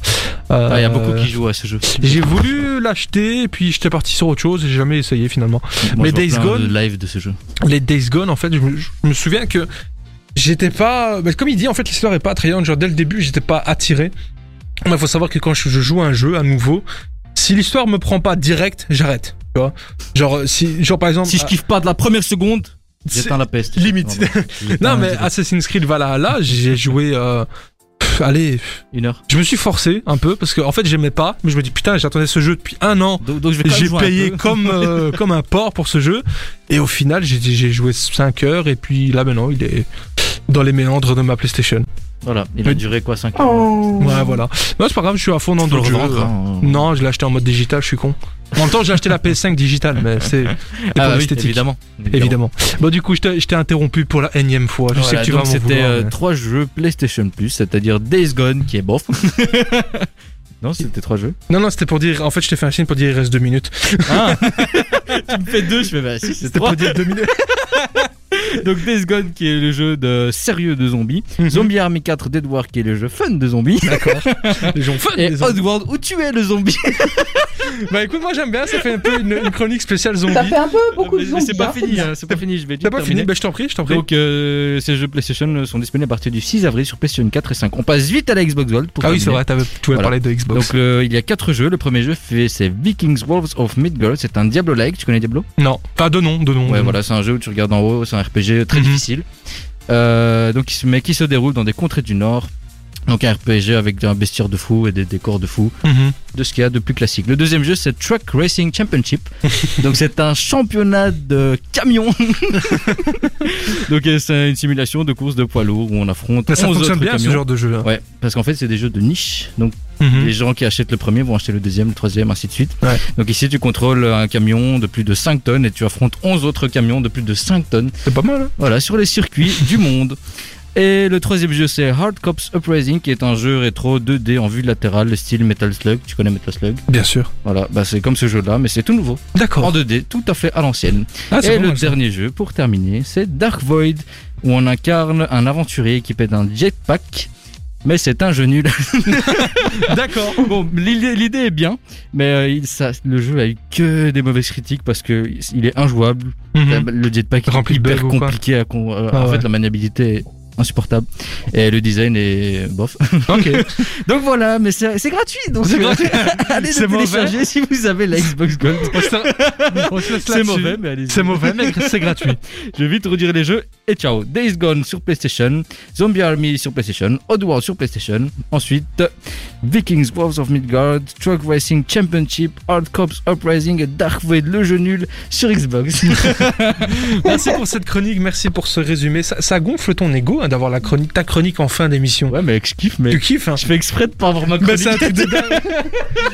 S2: Euh,
S5: Ah, Il y a beaucoup qui jouent à ce jeu.
S2: J'ai voulu l'acheter, puis j'étais parti sur autre chose et j'ai jamais essayé finalement.
S5: Moi, je vois
S2: Days
S5: plein
S2: Gone-
S5: de live de ce jeu.
S2: Les Days Gone, en fait, je me, je me souviens que j'étais pas. mais Comme il dit, en fait, l'histoire est pas attrayante. Genre, dès le début, j'étais pas attiré. Mais il faut savoir que quand je, je joue à un jeu à nouveau, si l'histoire me prend pas direct, j'arrête. Tu vois Genre, euh, si, genre par exemple.
S5: Si je kiffe pas de la première seconde,
S2: c'est-
S5: j'éteins la peste.
S2: limite. Non,
S5: Ah,
S2: mais Assassin's Creed Valhalla, j'ai joué. euh, pff, allez,
S5: Une heure.
S2: je me suis forcé un peu parce que en fait, j'aimais pas. Mais je me dis, putain, j'attendais ce jeu depuis un an.
S5: Donc, donc je vais quand même
S2: J'ai
S5: jouer un
S2: payé
S5: peu.
S2: comme, euh, comme un porc pour ce jeu. Et au final, j'ai- j'ai joué 5 heures. Et puis là, maintenant, il est dans les méandres de ma PlayStation.
S5: Voilà, il a duré quoi 5 ans
S6: Oh.
S2: Ouais, voilà. Non, c'est pas grave, je suis à fond dans
S5: Faut le
S2: d'autres jeux.
S5: revendre, hein.
S2: Non, je l'ai acheté en mode digital, je suis con. En même temps, j'ai acheté la PS5 digitale, mais c'est c'est pour
S5: Ah bah oui,
S2: l'esthétique.
S5: évidemment.
S2: Évidemment. Bon, du coup, je t'ai je t'ai interrompu pour la énième fois. Je sais
S5: Ah Voilà,
S2: que tu vas
S5: donc
S2: m'en
S5: c'était
S2: vouloir,
S5: euh,
S2: mais-
S5: trois jeux PlayStation Plus, c'est-à-dire Days Gone qui est bof. non, c'était trois jeux.
S2: Non, non, c'était pour dire. En fait, je t'ai fait un signe pour dire il reste deux minutes.
S5: Ah Tu me fais deux, je fais bah si, c'est trois.
S2: dire deux minutes.
S5: Donc Days Gone qui est le jeu de sérieux de zombies, Zombie Army 4 Dead War qui est le jeu fun de zombies
S2: D'accord. Les gens ont fun,
S5: et
S2: les zombies.
S5: Oddworld où tu es le zombie.
S2: Bah écoute, moi j'aime bien, ça fait un peu une, une chronique spéciale zombie.
S4: Ça fait un peu beaucoup
S5: Mais-
S4: de
S5: mais
S4: zombies.
S5: c'est pas
S4: hein,
S5: fini,
S4: bien.
S5: hein, c'est pas fini, je vais
S2: T'as
S5: juste
S2: pas
S5: terminer.
S2: fini Bah je t'en prie, je t'en prie.
S5: Donc euh, ces jeux PlayStation sont disponibles à partir du 6 avril sur PlayStation 4 et 5. On passe vite à la Xbox Gold. Pour
S2: ah oui, c'est
S5: terminer.
S2: vrai, t'avais- tu voulais
S5: Voilà.
S2: parler de Xbox.
S5: Donc le- il y a quatre jeux. Le premier jeu fait c'est Vikings Wolves of Midgard. C'est un Diablo-like. Tu connais Diablo
S2: non, enfin deux noms, deux
S4: Mhm.
S2: noms.
S5: Ouais,
S2: deux
S5: voilà, c'est un jeu où tu regardes en haut. C'est un RPG très
S2: Mhm.
S5: difficile. Euh, donc, il se- mais qui se déroule dans des contrées du Nord. Donc un RPG avec un bestiaire de fou et des décors de fou,
S2: noms. Mhm.
S5: de ce qu'il y a de plus classique. Le deuxième jeu, c'est Truck Racing Championship. Donc c'est un championnat de camions. Donc euh, c'est une simulation de course de poids lourd où on affronte
S2: Mais ça
S5: 11
S2: fonctionne
S5: autres
S2: bien
S5: camions.
S2: ce genre de jeu. hein.
S5: Ouais, parce qu'en fait c'est des jeux de niche. Donc
S2: Mhm.
S5: les gens qui achètent le premier vont acheter le deuxième, le troisième, ainsi de suite.
S2: Ouais.
S5: Donc ici, tu contrôles un camion de plus de 5 tonnes et tu affrontes 11 autres camions de plus de 5 tonnes.
S2: C'est pas mal. hein.
S5: Voilà, sur les circuits du monde. Et le troisième jeu, c'est Hard Cops Uprising, qui est un jeu rétro 2D en vue latérale, le style Metal Slug. Tu connais Metal Slug
S2: Bien sûr.
S5: Voilà, bah c'est comme ce jeu-là, mais c'est tout nouveau. En
S2: D'accord.
S5: 2D, tout à fait à l'ancienne.
S2: Oh. Ah, c'est
S5: Et
S2: pas
S5: le
S2: mal, ça.
S5: dernier jeu, pour terminer, c'est Dark Void, où on incarne un aventurier équipé d'un jetpack. Mais c'est un jeu nul. D'accord.
S2: Oh.
S5: Bon, l'idée l'idée est bien, mais euh, il- ça, le jeu a eu que des mauvaises critiques parce que il est injouable. Euh,
S2: Mhm.
S5: Le jetpack est
S2: Rempli de
S5: hyper
S2: bugs ou quoi
S5: compliqué. à con- euh,
S2: Ah
S5: en
S2: ouais.
S5: fait, la maniabilité est insupportable. Et le design est bof.
S2: Ok.
S5: Donc voilà, mais c'est c'est gratuit. Donc
S2: C'est gratuit.
S5: allez
S2: C'est
S5: le
S2: mauvais.
S5: télécharger si vous avez la Xbox Gold.
S2: On se- on se laisse
S5: C'est
S2: là-dessus.
S5: mauvais, mais allez
S2: C'est mauvais, mais c'est gratuit.
S5: Je vais vite redire les jeux et ciao. Days Gone sur PlayStation, Zombie Army sur PlayStation, Oddworld sur PlayStation. Ensuite, Vikings Wars of Midgard, Truck Racing Championship, Hard Cops Uprising et Dark Void le jeu nul sur Xbox.
S2: Merci pour cette chronique, merci pour ce résumé. Ça, ça gonfle ton ego hein, d'avoir la chronique, ta chronique en fin d'émission.
S5: ouais, mais je kiffe, mais
S2: Tu kiffes, hein
S5: je fais exprès de pas avoir ma
S2: Mais
S5: chronique.
S2: c'est un truc de dingue.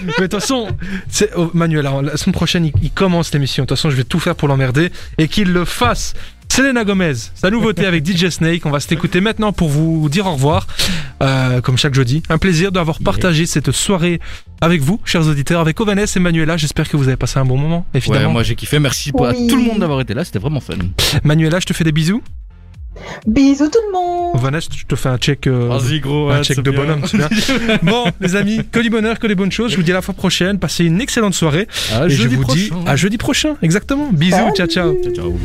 S2: Mais de toute façon, c'est- oh, Manuel, alors, la semaine prochaine, il, il commence l'émission. De toute façon, je vais tout faire pour l'emmerder et qu'il le fasse. Selena Gomez, sa nouveauté avec DJ Snake. On va s'écouter maintenant pour vous dire au revoir, euh, comme chaque jeudi. Un plaisir d'avoir partagé cette soirée avec vous, chers auditeurs, avec Ovanes et Manuela. J'espère que vous avez passé un bon moment, évidemment.
S5: Ouais, moi j'ai kiffé, merci pour- à
S6: Oui.
S5: tout le monde d'avoir été là, c'était vraiment fun.
S2: Manuela, je te fais des bisous.
S4: hein.
S6: Bisous tout le monde
S2: Ovanes, je te fais un check. euh,
S5: gros,
S2: Un check de bonhomme, tu vois. Bon, les amis, que du bonheur, que des bonnes choses. Je vous dis à la fois prochaine. Passez une excellente soirée.
S5: À
S2: Et je
S5: jeudi
S2: vous dis
S5: prochain.
S2: à jeudi prochain, exactement. Bisous, ciao ciao.
S5: Ciao, ciao.